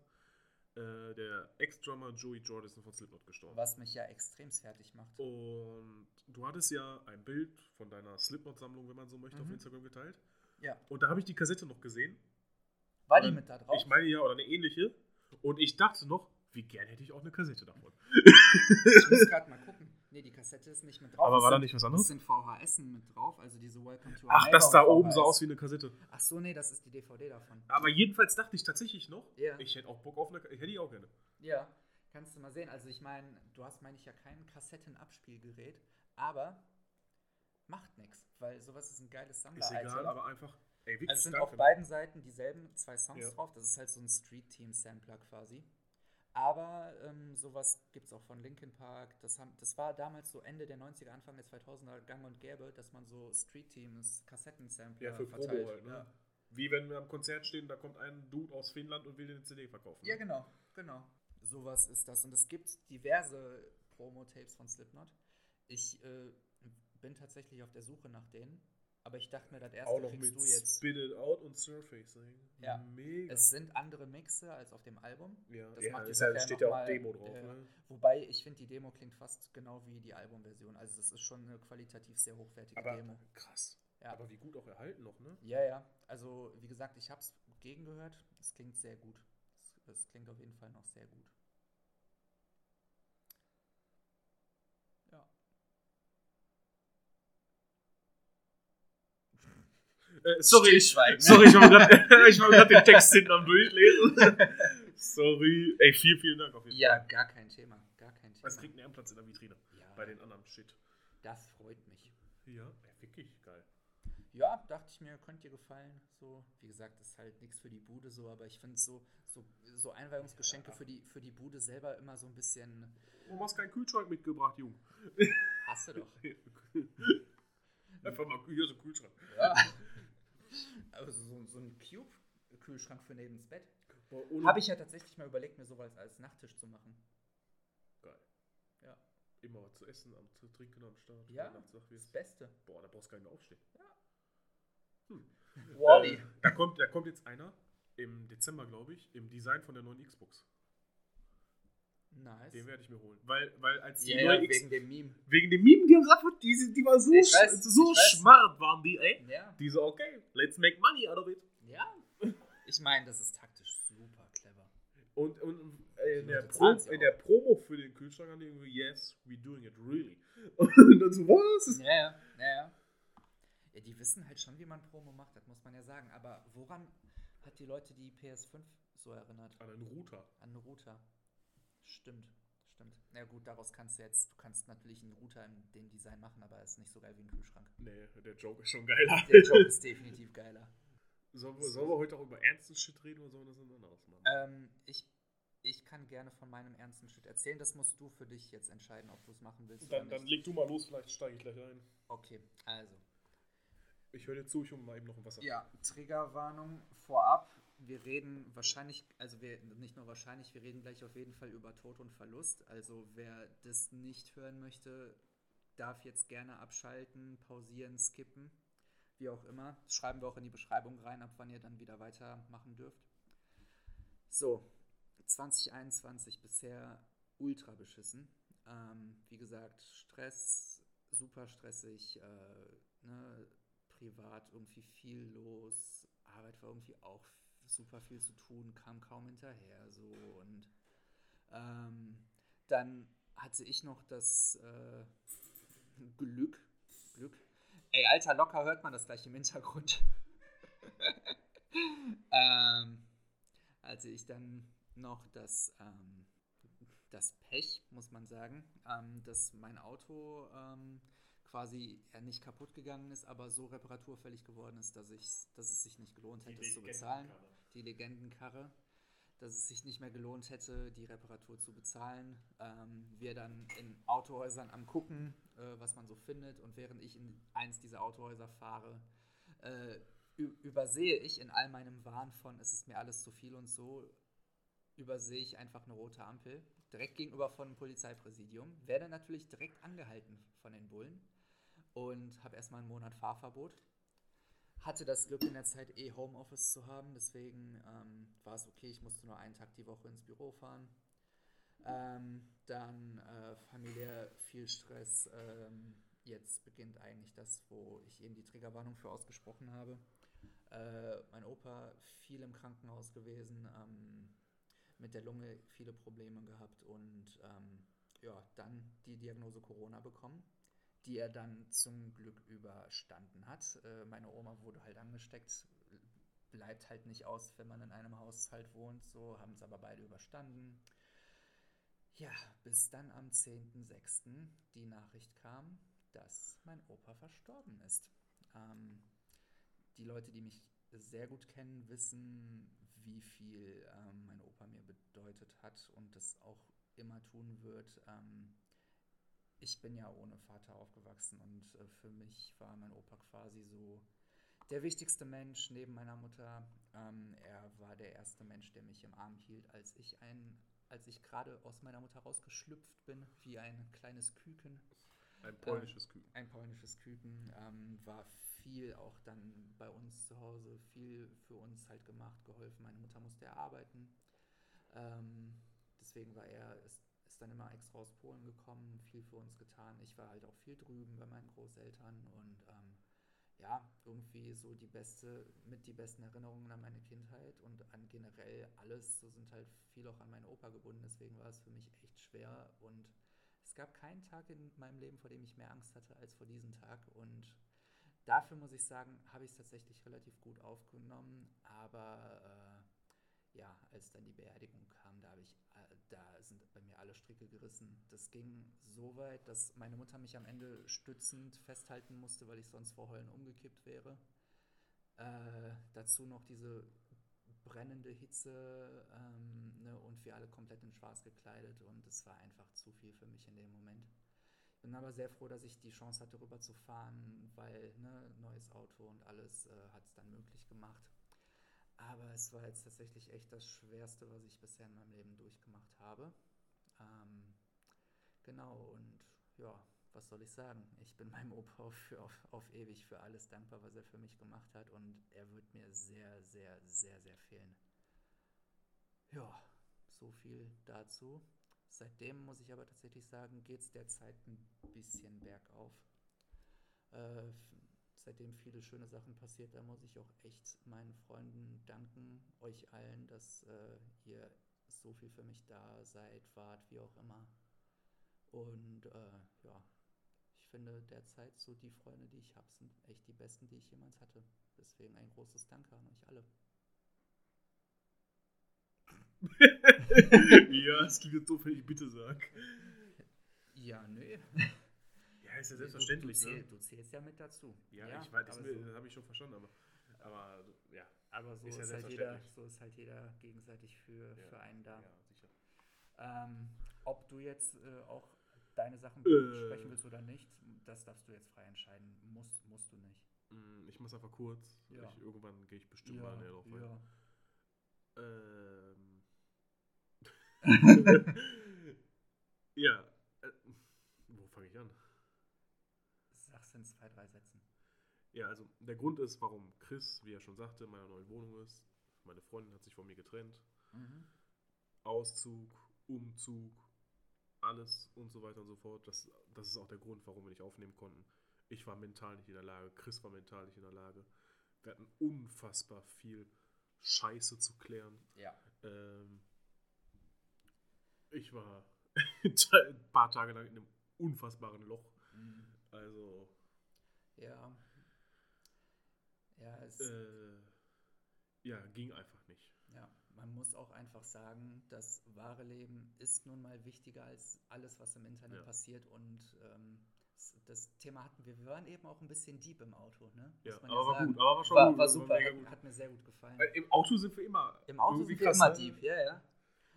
S2: äh, der Ex-Drummer Joey Jordison von Slipknot gestorben.
S1: was mich ja extrem fertig macht.
S2: Oh. Und du hattest ja ein Bild von deiner Slipknot-Sammlung, wenn man so möchte, auf
S1: Mhm.
S2: Instagram geteilt.
S1: Ja.
S2: Und da habe ich die Kassette noch gesehen.
S1: War die
S2: Ähm,
S1: mit da drauf?
S2: Ich meine ja, oder eine ähnliche. Und ich dachte noch, wie gern hätte ich auch eine Kassette davon.
S1: Ich muss gerade mal gucken. Nee, die Kassette ist nicht mit drauf.
S2: Aber
S1: Es
S2: war da
S1: sind-
S2: nicht was
S1: Es
S2: anderes?
S1: sind VHS mit drauf, also diese Welcome to
S2: Ach, das da
S1: Neighborhood
S2: oben sah
S1: VHS.
S2: aus wie eine Kassette.
S1: Ach so, nee, das ist die DVD davon.
S2: Aber jedenfalls dachte ich tatsächlich noch,
S1: Ja.
S2: ich hätte auch Bock auf eine Kassette. Ich hätte die auch gerne.
S1: Ja, kannst du mal sehen. Also ich meine, du hast, meine ich, ja kein Kassettenabspielgerät, aber macht nichts, weil sowas ist ein geiles
S2: Ist
S1: Sammler-Item.
S2: egal, aber einfach. Ey, wirklich
S1: also es sind
S2: danke.
S1: auf beiden Seiten dieselben zwei Songs
S2: Ja.
S1: drauf. Das ist halt so ein Street-Team-Sampler quasi. Aber ähm, sowas gibt es auch von Linkin Park. Das, haben, das war damals so Ende der 90er, Anfang der 2000er gang und gäbe, dass man so Street-Teams, Kassettensampler
S2: Ja, für Probe
S1: verteilt.
S2: halt, ne?
S1: ja.
S2: Wie wenn wir am Konzert stehen, da kommt ein Dude aus Finnland und will dir eine CD verkaufen. ne?
S1: Ja, genau, genau. Sowas ist das. Und es gibt diverse Promo-Tapes von Slipknot. Ich äh, bin tatsächlich auf der Suche nach denen. Aber ich dachte mir, das erste
S2: Auch noch
S1: kriegst
S2: mit
S1: du jetzt.
S2: Spit It Out und Surfacing.
S1: Ja.
S2: Mega.
S1: Es sind andere Mixe als auf dem Album.
S2: ja,
S1: das
S2: ja,
S1: macht die
S2: ist
S1: Sache
S2: ja,
S1: ja
S2: steht ja auch
S1: nochmal,
S2: Demo drauf.
S1: äh,
S2: ne?
S1: Wobei ich finde, die Demo klingt fast genau wie die Albumversion. Also es ist schon eine qualitativ sehr hochwertige
S2: Aber
S1: Demo.
S2: krass.
S1: Ja.
S2: Aber wie gut auch erhalten noch, ne?
S1: ja, ja. Also wie gesagt, ich habe es gegengehört. Es klingt sehr gut. Es, es klingt auf jeden Fall noch sehr gut. Ja.
S2: Äh, sorry, ich,
S1: Stillschweigen.
S2: sorry, ich war gerade den Text hinten am Durchlesen. sorry. Ey, vielen, vielen Dank auf jeden
S1: Ja,
S2: Fall.
S1: gar kein Thema. Gar kein Thema.
S2: Das kriegt einen Ehrenplatz in der Vitrine.
S1: ja,
S2: Bei den anderen Shit.
S1: das freut mich.
S2: Ja, ey, wirklich geil.
S1: Ja, dachte ich mir, könnte dir gefallen. So, wie gesagt, ist halt nichts für die Bude so, aber ich finde so, so, so Einweihungsgeschenke
S2: Ja.
S1: für, die, für die Bude selber immer so ein bisschen.
S2: Warum hast du keinen Kühlschrank mitgebracht, Junge?
S1: Hast du doch.
S2: Einfach mal hier so einen Kühlschrank.
S1: Ja. Also so, so ein Cube-Kühlschrank für neben das Bett.
S2: Boah,
S1: Mhm.
S2: ohne-
S1: Habe ich ja tatsächlich mal überlegt, mir sowas als Nachttisch zu machen.
S2: Geil.
S1: Ja.
S2: Immer was zu essen, am zu trinken am Start.
S1: Ja,
S2: Weihnachts-
S1: Das
S2: Sachwirts.
S1: Beste.
S2: Boah, da brauchst du gar nicht mehr aufstehen.
S1: Wally.
S2: Äh, Da kommt, da kommt jetzt einer im Dezember, glaube ich, im Design von der neuen Xbox.
S1: Nice.
S2: Den werde ich mir holen. Weil, weil als die
S1: Ja,
S2: neue
S1: ja,
S2: X
S1: wegen dem Meme.
S2: Wegen dem Meme, die haben einfach, die, sind- die war so,
S1: Ich
S2: sch
S1: weiß,
S2: so
S1: ich weiß.
S2: schmart waren die, ey.
S1: Ja.
S2: Die so, okay, let's make money out of it.
S1: Ja. Ich meine, das ist taktisch super clever.
S2: Und, und äh,
S1: Die
S2: in, der
S1: Leute
S2: Pro,
S1: zahlen's ja
S2: in
S1: auch.
S2: der Promo für den Kühlschrank haben die irgendwie, yes, we doing it really. Und dann so, was? Das-
S1: Ja, ja, ja, ja. Ja, die wissen halt schon, wie man Promo macht, das muss man ja sagen. Aber woran hat die Leute die PS5 so erinnert?
S2: An einen Router.
S1: An einen Router. Stimmt, stimmt. Na gut, daraus kannst du jetzt, du kannst natürlich einen Router in dem Design machen, aber er ist nicht so geil wie ein Kühlschrank.
S2: Nee, der Joke ist schon geiler.
S1: Der Joke ist definitiv geiler.
S2: sollen, wir, sollen wir heute auch über ernsten Shit reden oder sollen wir das ein anderes machen?
S1: Ähm, ich, ich kann gerne von meinem ernsten Shit erzählen. Das musst du für dich jetzt entscheiden, ob du es machen willst
S2: dann,
S1: oder
S2: dann
S1: nicht.
S2: leg du mal los, vielleicht steige ich gleich ein.
S1: okay, also.
S2: Ich höre dir zu, ich hole mal eben noch ein Wasser.
S1: Ja, Triggerwarnung vorab. Wir reden wahrscheinlich, also wir, nicht nur wahrscheinlich, wir reden gleich auf jeden Fall über Tod und Verlust. Also wer das nicht hören möchte, darf jetzt gerne abschalten, pausieren, skippen, wie auch immer. Das schreiben wir auch in die Beschreibung rein, ab wann ihr dann wieder weitermachen dürft. So, 2021 bisher ultra beschissen. Ähm, wie gesagt, Stress, super stressig, äh, ne, privat irgendwie viel los, Arbeit war irgendwie auch super viel zu tun, kam kaum hinterher so und ähm, dann hatte ich noch das äh, Glück, Glück. Ey, alter, locker hört man das gleich im Hintergrund. ähm, hatte ich dann noch das, ähm, das Pech, muss man sagen, ähm, dass mein Auto ähm, quasi ja, nicht kaputt gegangen ist, aber so reparaturfällig geworden ist, dass, ich's, dass es sich nicht gelohnt hätte, es zu bezahlen. Die Legendenkarre. Dass es sich nicht mehr gelohnt hätte, die Reparatur zu bezahlen. Ähm, wir dann in Autohäusern am Gucken, äh, was man so findet. Und während ich in eins dieser Autohäuser fahre, äh, ü- übersehe ich in all meinem Wahn von, es ist mir alles zu viel und so, übersehe ich einfach eine rote Ampel. Direkt gegenüber von einem Polizeipräsidium. Werde natürlich direkt angehalten von den Bullen und habe erstmal einen Monat Fahrverbot. Hatte das Glück in der Zeit eh Homeoffice zu haben, deswegen ähm, war es okay, ich musste nur einen Tag die Woche ins Büro fahren. Ähm, dann äh, familiär viel Stress. Ähm, jetzt beginnt eigentlich das, wo ich eben die Triggerwarnung für ausgesprochen habe. Äh, mein Opa viel im Krankenhaus gewesen, ähm, mit der Lunge viele Probleme gehabt und ähm, ja, dann die Diagnose Corona bekommen, die er dann zum Glück überstanden hat. Äh, meine Oma wurde halt angesteckt, bleibt halt nicht aus, wenn man in einem Haushalt wohnt, so haben es aber beide überstanden. Ja, bis dann am 10.06. die Nachricht kam, dass mein Opa verstorben ist. Ähm, die Leute, die mich sehr gut kennen, wissen, wie viel ähm, mein Opa mir bedeutet hat und das auch immer tun wird. Ähm, ich bin ja ohne Vater aufgewachsen und äh, für mich war mein Opa quasi so der wichtigste Mensch neben meiner Mutter. Ähm, er war der erste Mensch, der mich im Arm hielt, als ich ein, als ich gerade aus meiner Mutter rausgeschlüpft bin, wie ein kleines Küken
S2: Ein polnisches Küken.
S1: ein polnisches Küken, ähm, war viel auch dann bei uns zu Hause, viel für uns halt gemacht, geholfen. Meine Mutter musste ja arbeiten. Ähm, deswegen war er, ist, ist dann immer extra aus Polen gekommen, viel für uns getan. Ich war halt auch viel drüben bei meinen Großeltern und ähm, ja, irgendwie so die beste, mit die besten Erinnerungen an meine Kindheit und an generell alles, so sind halt viel auch an meinen Opa gebunden, deswegen war es für mich echt schwer und es gab keinen Tag in meinem Leben, vor dem ich mehr Angst hatte als vor diesem Tag. Und dafür muss ich sagen, habe ich es tatsächlich relativ gut aufgenommen. Aber äh, ja, als dann die Beerdigung kam, da, habe ich, äh, da sind bei mir alle Stricke gerissen. Das ging so weit, dass meine Mutter mich am Ende stützend festhalten musste, weil ich sonst vor Heulen umgekippt wäre. Äh, dazu noch diese brennende Hitze ähm, ne, und wir alle komplett in schwarz gekleidet und es war einfach zu viel für mich in dem Moment. Ich bin aber sehr froh, dass ich die Chance hatte, rüber zu fahren, weil ne, neues Auto und alles äh, hat es dann möglich gemacht. Aber es war jetzt tatsächlich echt das Schwerste, was ich bisher in meinem Leben durchgemacht habe. Ähm, genau, und ja, was soll ich sagen? Ich bin meinem Opa für, auf, auf ewig für alles dankbar, was er für mich gemacht hat. Und er wird mir sehr, sehr, sehr, sehr fehlen. Ja, so viel dazu. Seitdem muss ich aber tatsächlich sagen, geht es derzeit ein bisschen bergauf. Äh, f- seitdem viele schöne Sachen passiert, da muss ich auch echt meinen Freunden danken, euch allen, dass äh, ihr so viel für mich da seid, wart, wie auch immer. Und äh, ja, ich finde derzeit so die Freunde, die ich habe, sind echt die besten, die ich jemals hatte. Deswegen ein großes Danke an euch alle.
S2: ja, es klingt jetzt doof, wenn ich bitte sag.
S1: Ja, nee.
S2: Ja, ist ja
S1: du,
S2: selbstverständlich,
S1: du,
S2: ne?
S1: zähl, du zählst ja mit dazu.
S2: Ja, ich weiß, das,
S1: aber
S2: mir-
S1: so-
S2: das habe ich schon verstanden, aber, aber ja.
S1: Aber so
S2: Ist
S1: ist,
S2: ja
S1: halt jeder,
S2: selbstverständlich.
S1: so ist halt jeder gegenseitig für,
S2: Ja,
S1: für einen da.
S2: Ja, sicher.
S1: Ähm, ob du jetzt äh, auch deine Sachen
S2: Äh.
S1: besprechen willst oder nicht, das darfst du jetzt frei entscheiden. Musst, musst du nicht.
S2: Mm, Ich mach's einfach kurz.
S1: Ja.
S2: Ich, irgendwann gehe ich bestimmt mal näher drauf ein.
S1: ja.
S2: Ähm. ja. Äh, wo fange ich an?
S1: Sag's in zwei, drei Sätzen.
S2: Ja, also der Grund ist, warum Chris, wie er schon sagte, in meiner neuen Wohnung ist. Meine Freundin hat sich von mir getrennt.
S1: Mhm.
S2: Auszug, Umzug, alles und so weiter und so fort. Das, das ist auch der Grund, warum wir nicht aufnehmen konnten. Ich war mental nicht in der Lage, Chris war mental nicht in der Lage. Wir hatten unfassbar viel Scheiße zu klären.
S1: Ja.
S2: Ähm, ich war ein paar Tage lang in einem unfassbaren Loch. Also,
S1: Mhm. Ja. Ja, es,
S2: äh, ja, ging einfach nicht.
S1: ja, man muss auch einfach sagen, das wahre Leben ist nun mal wichtiger als alles, was im Internet
S2: Ja.
S1: passiert. Und ähm, s- das Thema hatten wir, wir waren eben auch ein bisschen deep im Auto, ne? Muss
S2: Ja,
S1: man
S2: aber war
S1: sagen.
S2: gut, aber war schon
S1: War,
S2: gut.
S1: war super,
S2: mega
S1: hat,
S2: gut.
S1: hat mir sehr gut gefallen.
S2: Äh, Im Auto sind wir immer.
S1: Im Auto
S2: irgendwie
S1: sind wir
S2: krass,
S1: immer
S2: ne?
S1: deep, ja, ja.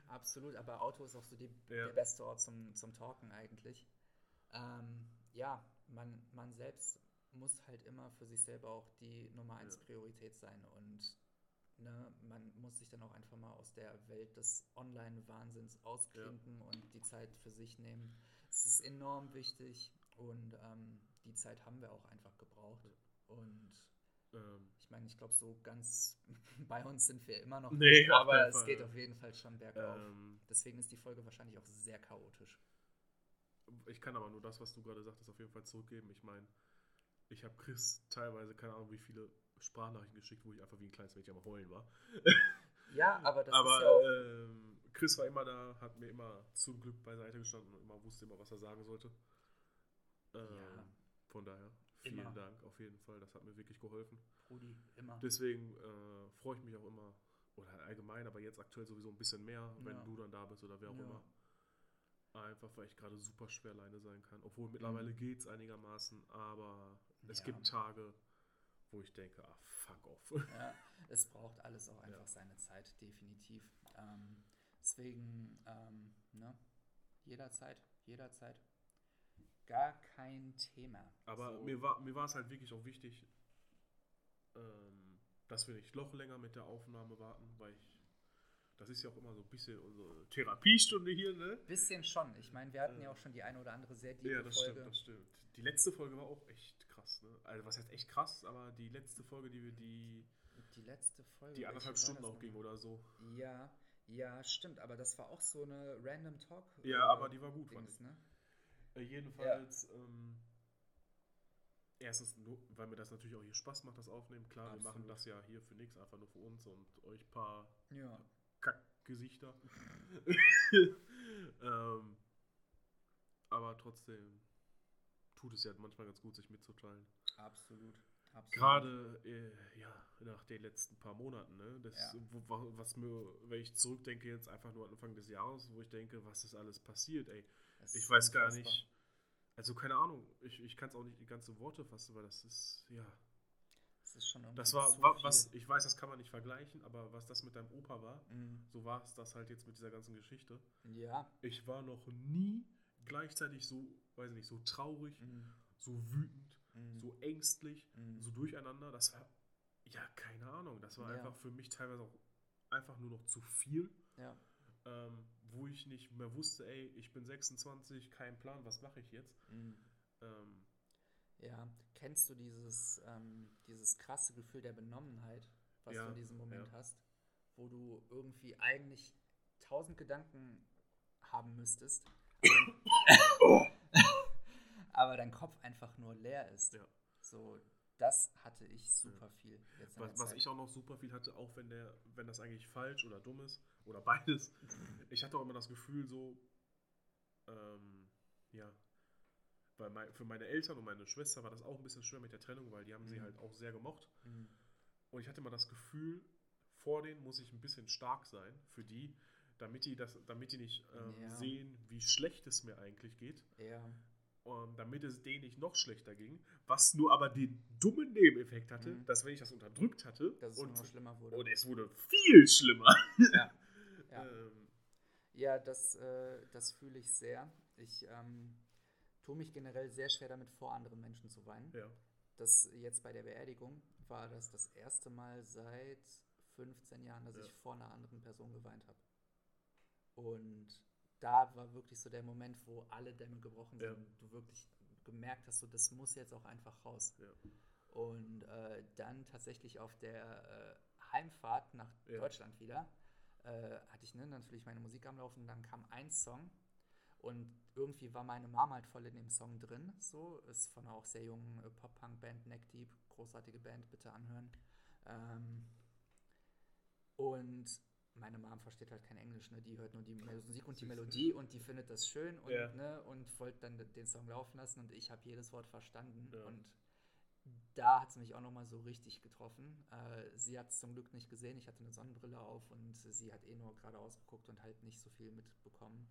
S1: Absolut, aber Auto ist auch so die,
S2: Ja.
S1: der beste Ort zum, zum Talken eigentlich. Ähm, ja, man, man selbst muss halt immer für sich selber auch die Nummer eins
S2: Ja.
S1: Priorität sein und ne, man muss sich dann auch einfach mal aus der Welt des Online-Wahnsinns ausklinken und die Zeit für sich nehmen. Es ist enorm wichtig und ähm, die Zeit haben wir auch einfach gebraucht. Und
S2: Ähm,
S1: ich meine, ich glaube, so ganz bei uns sind wir immer noch
S2: Nee,
S1: nicht,
S2: auf keinen
S1: aber es
S2: Fall,
S1: geht
S2: ja.
S1: auf jeden Fall schon bergauf.
S2: ähm,
S1: Deswegen ist die Folge wahrscheinlich auch sehr chaotisch.
S2: ich kann aber nur das, was du gerade sagtest, auf jeden Fall zurückgeben. Ich meine, ich habe Chris teilweise, keine Ahnung, wie viele Sprachnachrichten geschickt, wo ich einfach wie ein kleines Mädchen am Heulen war.
S1: Ja, Hm, aber das
S2: aber
S1: ist ja auch.
S2: ähm, Chris war immer da, hat mir immer zum Glück beiseite gestanden und immer wusste immer, was er sagen sollte. Ähm,
S1: Ja.
S2: Von daher, vielen
S1: Immer.
S2: Dank auf jeden Fall. Das hat mir wirklich geholfen.
S1: Rudi, immer.
S2: Deswegen äh, freue ich mich auch immer, oder allgemein, aber jetzt aktuell sowieso ein bisschen mehr, wenn
S1: Ja.
S2: du dann da bist oder wer auch
S1: Ja.
S2: immer. Einfach, weil ich gerade super schwer alleine sein kann. Obwohl mittlerweile geht's einigermaßen, aber es
S1: Mhm. Ja.
S2: gibt Tage, wo ich denke, ah, fuck off.
S1: Ja, es braucht alles auch einfach
S2: Ja.
S1: seine Zeit, definitiv. Ähm, deswegen, ähm, ne, jederzeit, jederzeit. Gar kein Thema.
S2: Aber
S1: So.
S2: mir war mir war es halt wirklich auch wichtig, ähm, dass wir nicht noch länger mit der Aufnahme warten, weil ich, das ist ja auch immer so ein bisschen unsere Therapiestunde hier, ne?
S1: Bisschen schon. Ich meine, wir hatten
S2: Äh,
S1: ja auch schon die eine oder andere sehr tiefe
S2: Ja, das
S1: Folge.
S2: stimmt, das stimmt. Die letzte Folge war auch echt krass, ne? Also was heißt echt krass, aber die letzte Folge, die wir die,
S1: Die letzte Folge.
S2: die
S1: welche
S2: anderthalb
S1: war
S2: Stunden
S1: das
S2: auch ging
S1: nochmal?
S2: oder so.
S1: Ja, ja, stimmt, aber das war auch so eine random Talk. äh,
S2: Ja, aber die war gut, fand
S1: Dings,
S2: ich.
S1: ne?
S2: Äh, jedenfalls, ähm, erstens, nur, weil mir das natürlich auch hier Spaß macht, das Aufnehmen. Klar, wir machen
S1: Absolut.
S2: das ja hier für nichts, einfach nur für uns und euch paar
S1: Ja.
S2: Kackgesichter. ähm, aber trotzdem tut es ja manchmal ganz gut, sich mitzuteilen.
S1: Absolut. absolut.
S2: Gerade äh, ja, nach den letzten paar Monaten, ne? Das,
S1: Ja.
S2: wo, wa- was mir, wenn ich zurückdenke, jetzt einfach nur Anfang des Jahres, wo ich denke, was ist alles passiert, ey.
S1: Es
S2: Ich
S1: ist
S2: weiß gar
S1: unfassbar.
S2: nicht. Also keine Ahnung, ich, ich kann es auch nicht in ganze Worte fassen, weil das ist, ja.
S1: Es ist schon irgendwie
S2: Das war,
S1: zu
S2: wa,
S1: viel.
S2: was, ich weiß, das kann man nicht vergleichen, aber was das mit deinem Opa war,
S1: Mhm.
S2: so war es das halt jetzt mit dieser ganzen Geschichte.
S1: Ja.
S2: Ich war noch nie gleichzeitig so, weiß nicht, so traurig,
S1: Mhm.
S2: so wütend,
S1: Mhm.
S2: so ängstlich,
S1: Mhm.
S2: so durcheinander. Das war, ja, keine Ahnung. Das war
S1: Ja.
S2: einfach für mich teilweise auch einfach nur noch zu viel.
S1: Ja.
S2: Ähm, wo ich nicht mehr wusste, ey, ich bin 26, kein Plan, was mache ich jetzt?
S1: Mhm.
S2: Ähm,
S1: Ja, kennst du dieses, ähm, dieses krasse Gefühl der Benommenheit, was
S2: Ja,
S1: du in diesem Moment
S2: ja.
S1: hast, wo du irgendwie eigentlich tausend Gedanken haben müsstest, aber- aber dein Kopf einfach nur leer ist.
S2: Ja.
S1: So, das hatte ich super viel. Jetzt in
S2: was,
S1: der
S2: was
S1: Zeit.
S2: ich auch noch super viel hatte, auch wenn der, wenn das eigentlich falsch oder dumm ist oder beides, ich hatte auch immer das Gefühl so, ähm, ja, weil mein, für meine Eltern und meine Schwester war das auch ein bisschen schwer mit der Trennung, weil die haben sie
S1: Mhm.
S2: halt auch sehr gemocht.
S1: Mhm.
S2: Und ich hatte immer das Gefühl, vor denen muss ich ein bisschen stark sein für die, damit die das, damit die nicht ähm,
S1: Ja.
S2: sehen, wie schlecht es mir eigentlich geht.
S1: Ja.
S2: ähm, damit es denen nicht noch schlechter ging, was nur aber den dummen Nebeneffekt hatte,
S1: Mhm.
S2: dass wenn ich das unterdrückt hatte
S1: Dass es
S2: und,
S1: nur noch schlimmer wurde.
S2: und es wurde viel schlimmer.
S1: Ja. Ja.
S2: Ähm,
S1: Ja, das, äh, das fühle ich sehr. Ich ähm, tue mich generell sehr schwer damit vor, anderen Menschen zu weinen.
S2: ja.
S1: Das jetzt bei der Beerdigung war das das erste Mal seit 15 Jahren, dass
S2: Ja.
S1: ich vor einer anderen Person geweint habe. Und da war wirklich so der Moment, wo alle Dämme gebrochen sind.
S2: Ja.
S1: und Du wirklich gemerkt hast, so, das muss jetzt auch einfach raus.
S2: Ja.
S1: Und äh, dann tatsächlich auf der äh, Heimfahrt nach
S2: Ja.
S1: Deutschland wieder äh, hatte ich ne, natürlich meine Musik am Laufen. Dann kam ein Song und irgendwie war meine Mom halt voll in dem Song drin. So ist von einer auch sehr jungen äh, Pop-Punk-Band Neck Deep, großartige Band, bitte anhören. Ähm, und meine Mom versteht halt kein Englisch, ne? Die hört nur die Musik und die
S2: Süß.
S1: Melodie und die findet das schön und,
S2: Ja.
S1: ne, und wollte dann den Song laufen lassen und ich habe jedes Wort verstanden.
S2: Ja.
S1: Und da hat es mich auch nochmal so richtig getroffen. Äh, sie hat es zum Glück nicht gesehen, ich hatte eine Sonnenbrille auf und sie hat eh nur geradeaus geguckt und halt nicht so viel mitbekommen.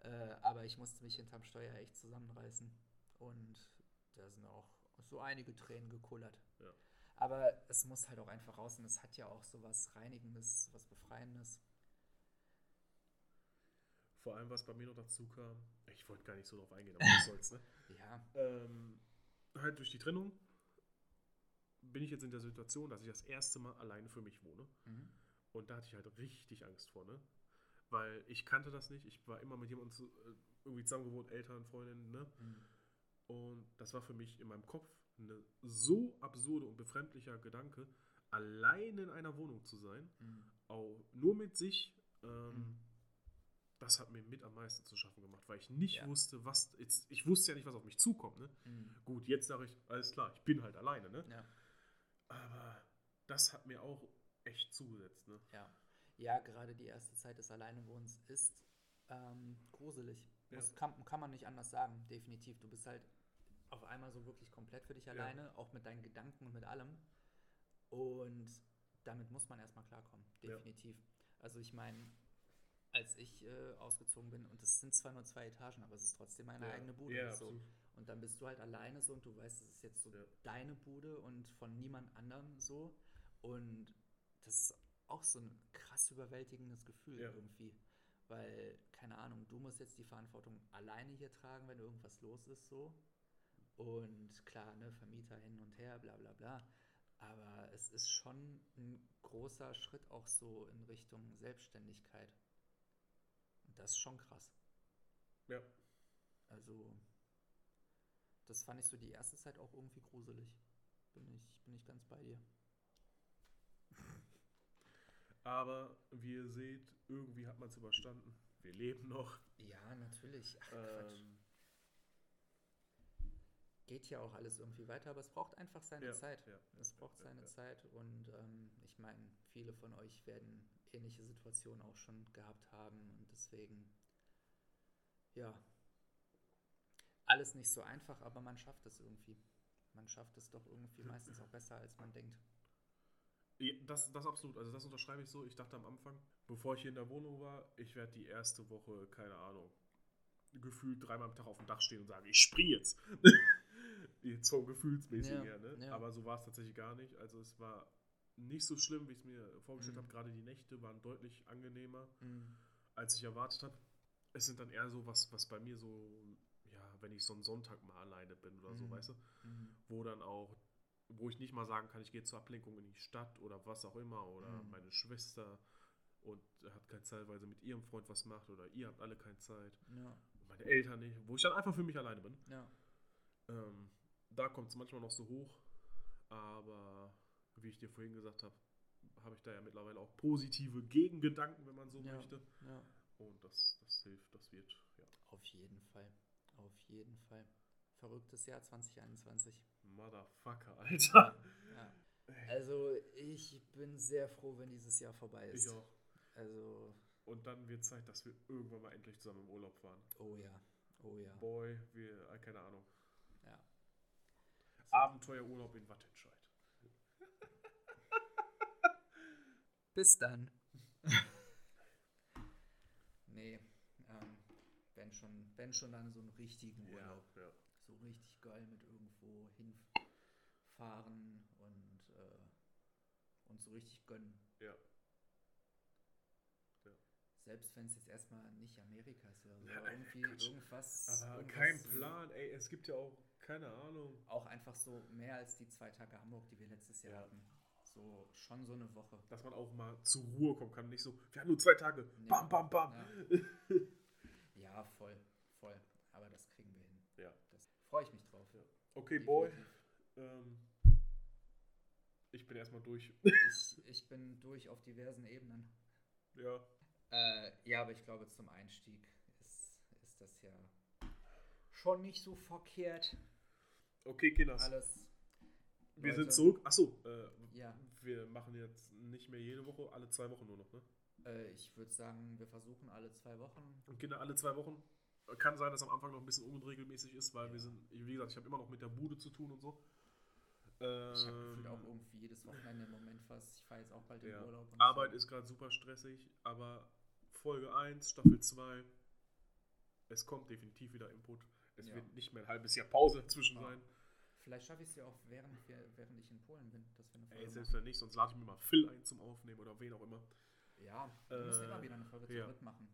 S1: Äh, aber ich musste mich hinterm Steuer echt zusammenreißen und da sind auch so einige Tränen gekullert.
S2: Ja.
S1: Aber es muss halt auch einfach raus und es hat ja auch so was Reinigendes, was Befreiendes.
S2: Vor allem, was bei mir noch dazu kam, ich wollte gar nicht so drauf eingehen, aber was soll's, ne?
S1: Ja,
S2: Ähm, halt durch die Trennung bin ich jetzt in der Situation, dass ich das erste Mal alleine für mich wohne.
S1: mhm.
S2: Und da hatte ich halt richtig Angst vor, ne? Weil ich kannte das nicht. Ich war immer mit jemandem zu, äh, irgendwie zusammen gewohnt, Eltern, Freundinnen, ne?
S1: Mhm.
S2: Und das war für mich in meinem Kopf eine so absurde und befremdlicher Gedanke, allein in einer Wohnung zu sein,
S1: Mhm.
S2: auch nur mit sich. Ähm,
S1: Mhm.
S2: Das hat mir mit am meisten zu schaffen gemacht, weil ich nicht
S1: Ja.
S2: wusste, was jetzt, ich wusste ja nicht, was auf mich zukommt. Ne?
S1: Mhm.
S2: Gut, jetzt sage ich alles klar, ich bin halt alleine. Ne?
S1: Ja.
S2: Aber das hat mir auch echt zugesetzt. Ne?
S1: Ja, ja, gerade die erste Zeit des Alleinewohnens ist ähm, gruselig.
S2: Ja.
S1: Das kann, kann man nicht anders sagen, definitiv. Du bist halt auf einmal so wirklich komplett für dich alleine, auch mit deinen Gedanken und mit allem. Und damit muss man erstmal klarkommen,
S2: Ja.
S1: definitiv. Also ich meine, als ich äh, ausgezogen bin, und es sind zwar nur zwei Etagen, aber es ist trotzdem meine
S2: Ja.
S1: eigene Bude.
S2: Ja,
S1: so.
S2: absolut.
S1: Und dann bist du halt alleine so und du weißt, es ist jetzt so
S2: Ja.
S1: deine Bude und von niemand anderem so. Und das ist auch so ein krass überwältigendes Gefühl
S2: Ja.
S1: irgendwie. Weil, keine Ahnung, du musst jetzt die Verantwortung alleine hier tragen, wenn irgendwas los ist so. Und klar, ne, Vermieter hin und her, bla bla bla. Aber es ist schon ein großer Schritt auch so in Richtung Selbstständigkeit. Und das ist schon krass.
S2: Ja.
S1: Also, das fand ich so die erste Zeit auch irgendwie gruselig. Bin ich, bin ich ganz bei dir.
S2: Aber wie ihr seht, irgendwie hat man es überstanden. Wir leben noch.
S1: Ja, natürlich. Ach, Quatsch.
S2: Ähm,
S1: Geht ja auch alles irgendwie weiter, aber es braucht einfach seine
S2: ja,
S1: Zeit.
S2: ja,
S1: Es braucht
S2: ja,
S1: seine
S2: ja.
S1: Zeit und ähm, ich meine, viele von euch werden ähnliche Situationen auch schon gehabt haben und deswegen, ja, alles nicht so einfach, aber man schafft es irgendwie. Man schafft es doch irgendwie meistens auch besser, als man denkt.
S2: Ja, das, das absolut. Also das unterschreibe ich so. Ich dachte am Anfang, bevor ich hier in der Wohnung war, ich werde die erste Woche, keine Ahnung, gefühlt dreimal am Tag auf dem Dach stehen und sagen, ich spring jetzt. jetzt vom
S1: Ja,
S2: Gefühlsmäßigen her, ne?
S1: ja.
S2: Aber so war es tatsächlich gar nicht. Also es war nicht so schlimm, wie ich es mir vorgestellt
S1: Mhm.
S2: habe. Gerade die Nächte waren deutlich angenehmer,
S1: Mhm.
S2: als ich erwartet habe. Es sind dann eher so was, was bei mir so, ja, wenn ich so einen Sonntag mal alleine bin oder so,
S1: Mhm.
S2: weißt du?
S1: Mhm.
S2: wo dann auch, wo ich nicht mal sagen kann, ich gehe zur Ablenkung in die Stadt oder was auch immer oder
S1: Mhm.
S2: meine Schwester und hat keine Zeit, weil sie mit ihrem Freund was macht oder ihr habt alle keine Zeit.
S1: Ja,
S2: Und meine Eltern nicht, wo ich dann einfach für mich alleine bin.
S1: ja.
S2: Ähm, da kommt es manchmal noch so hoch, aber wie ich dir vorhin gesagt habe, habe ich da ja mittlerweile auch positive Gegengedanken, wenn man so
S1: Ja.
S2: möchte.
S1: ja.
S2: Und das, das hilft, das wird, ja.
S1: Auf jeden Fall. Auf jeden Fall. Verrücktes Jahr 2021.
S2: Motherfucker, Alter.
S1: Ja. Also ich bin sehr froh, wenn dieses Jahr vorbei ist.
S2: Ich auch.
S1: Also,
S2: Und dann wird Zeit, dass wir irgendwann mal endlich zusammen im Urlaub fahren.
S1: oh ja. Oh ja.
S2: Boy, wir, äh, keine Ahnung.
S1: ja.
S2: Abenteuerurlaub in Wattenscheid.
S1: Bis dann. nee, ähm, wenn schon, wenn schon dann so einen richtigen Urlaub.
S2: ja.
S1: So richtig geil mit irgendwo hinfahren und, äh, und so richtig gönnen.
S2: Ja.
S1: Selbst wenn es jetzt erstmal nicht Amerika ist oder so.
S2: Ja,
S1: aber irgendwie
S2: Quatsch.
S1: irgendwas.
S2: Aber
S1: irgendwas
S2: Ah, kein Plan, ey. Es gibt ja auch, keine Ahnung.
S1: Auch einfach so mehr als die zwei Tage Hamburg, die wir letztes Jahr
S2: Ja.
S1: hatten. So schon so eine Woche.
S2: Dass man auch mal zur Ruhe kommen kann. Nicht so, wir haben nur zwei Tage.
S1: Nee.
S2: Bam, bam, bam.
S1: Ja, voll, voll. Aber das kriegen wir hin.
S2: Ja.
S1: Das freue ich mich drauf.
S2: Ja. Okay, Boy.
S1: Definitiv.
S2: Ähm, ich bin erstmal durch.
S1: Ich, ich bin durch auf diversen Ebenen.
S2: ja.
S1: Äh, ja, aber ich glaube, zum Einstieg ist, ist das ja schon nicht so verkehrt.
S2: Okay, Kinders.
S1: Alles.
S2: wir
S1: Leute.
S2: sind zurück. Achso, äh,
S1: Ja,
S2: wir machen jetzt nicht mehr jede Woche, alle zwei Wochen nur noch, ne?
S1: äh, ich würde sagen, wir versuchen alle zwei Wochen.
S2: Und Kinder alle zwei Wochen. Kann sein, dass am Anfang noch ein bisschen unregelmäßig ist, weil wir sind, wie gesagt, ich habe immer noch mit der Bude zu tun und so.
S1: Ich habe gefühlt
S2: Ähm,
S1: auch irgendwie jedes Wochenende im Moment fast. Ich fahre jetzt auch bald in
S2: ja.
S1: Urlaub. und
S2: Arbeit
S1: so.
S2: ist gerade super stressig, aber Folge 1, Staffel 2, es kommt definitiv wieder Input. Es
S1: Ja. Ah.
S2: wird nicht mehr ein halbes Jahr Pause dazwischen
S1: Ja.
S2: sein.
S1: Vielleicht schaffe ich es ja auch, während, wir, während ich in Polen bin, dass wir eine Folge
S2: Ey, Äh, selbst
S1: machen.
S2: wenn nicht, sonst lade ich mir mal Phil ein zum Aufnehmen oder wen auch immer.
S1: Ja, wir müssen
S2: Äh,
S1: immer wieder eine Folge
S2: ja.
S1: zurück machen.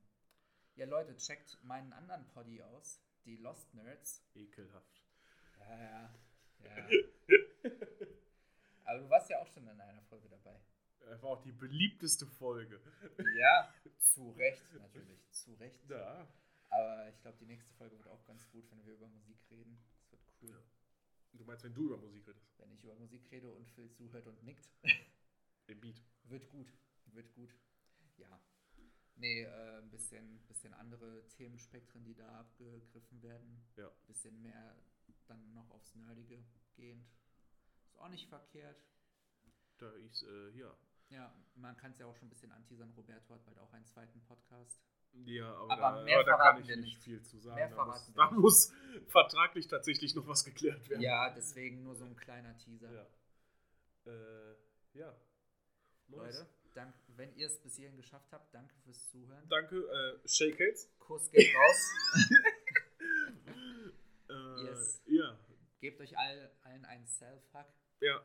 S1: Ja, Leute, checkt meinen anderen Poddy aus, die Lost Nerds.
S2: Ekelhaft.
S1: Ja, ja, ja. Aber du warst ja auch schon in einer Folge dabei.
S2: Er Äh, war auch die beliebteste Folge.
S1: Ja, zu Recht natürlich, zu Recht.
S2: Ja.
S1: Aber ich glaube, die nächste Folge wird auch ganz gut, wenn wir über Musik reden. Das wird cool.
S2: Ja. Du meinst, wenn du über Musik redest?
S1: Wenn ich über Musik rede und Phil zuhört und nickt.
S2: Im Beat.
S1: Wird gut, wird gut. Ja. Nee, äh, ein bisschen, bisschen andere Themenspektren, die da abgegriffen werden.
S2: Ja.
S1: Ein bisschen mehr dann noch aufs Nerdige gehend. Ist auch nicht verkehrt.
S2: Da ist, äh, ja.
S1: Ja, man kann es ja auch schon ein bisschen anteasern. Roberto hat bald auch einen zweiten Podcast.
S2: Ja, aber,
S1: Aber
S2: da,
S1: mehr
S2: aber da
S1: verraten
S2: kann ich
S1: wir
S2: nicht,
S1: nicht.
S2: viel zu sagen.
S1: Mehr
S2: da
S1: verraten wir
S2: muss, da
S1: nicht.
S2: muss vertraglich tatsächlich noch was geklärt werden.
S1: Ja, deswegen nur so ein kleiner Teaser.
S2: Ja. Äh, ja. Nice.
S1: Leute, dank, wenn ihr es bis hierhin geschafft habt, danke fürs Zuhören.
S2: Danke, äh, Shake Hands.
S1: Kuss geht raus.
S2: Äh,
S1: Yes.
S2: Ja.
S1: Gebt euch all, allen einen Self-Hug.
S2: Ja.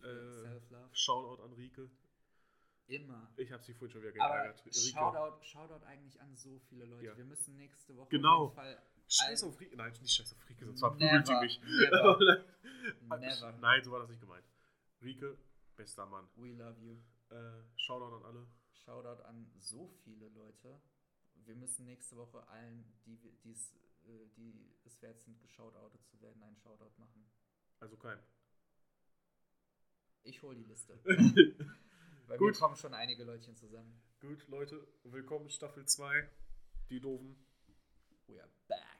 S1: für
S2: Äh,
S1: Self-Love.
S2: Shoutout an Rike.
S1: Immer.
S2: Ich habe sie vorhin schon wieder
S1: Aber
S2: geärgert. Rike.
S1: Shoutout, Shoutout eigentlich an so viele Leute.
S2: Ja.
S1: Wir müssen nächste Woche
S2: Genau.
S1: auf jeden Fall.
S2: Scheiß auf Rike. Nein, nicht scheiß auf Rike, sonst verprügelt sie
S1: Never,
S2: mich.
S1: never, never.
S2: Nein, so war das nicht gemeint. Rike, bester Mann.
S1: We love you.
S2: Äh, Shoutout an alle.
S1: Shoutout an so viele Leute. Wir müssen nächste Woche allen, die, wir- die's, äh, die es wert sind, geshoutoutet zu werden, einen Shoutout machen.
S2: Also kein.
S1: Ich hole die Liste. Weil
S2: Gut.
S1: mir kommen schon einige Leutchen zusammen.
S2: Gut, Leute, willkommen Staffel 2. Die Doofen.
S1: We are back.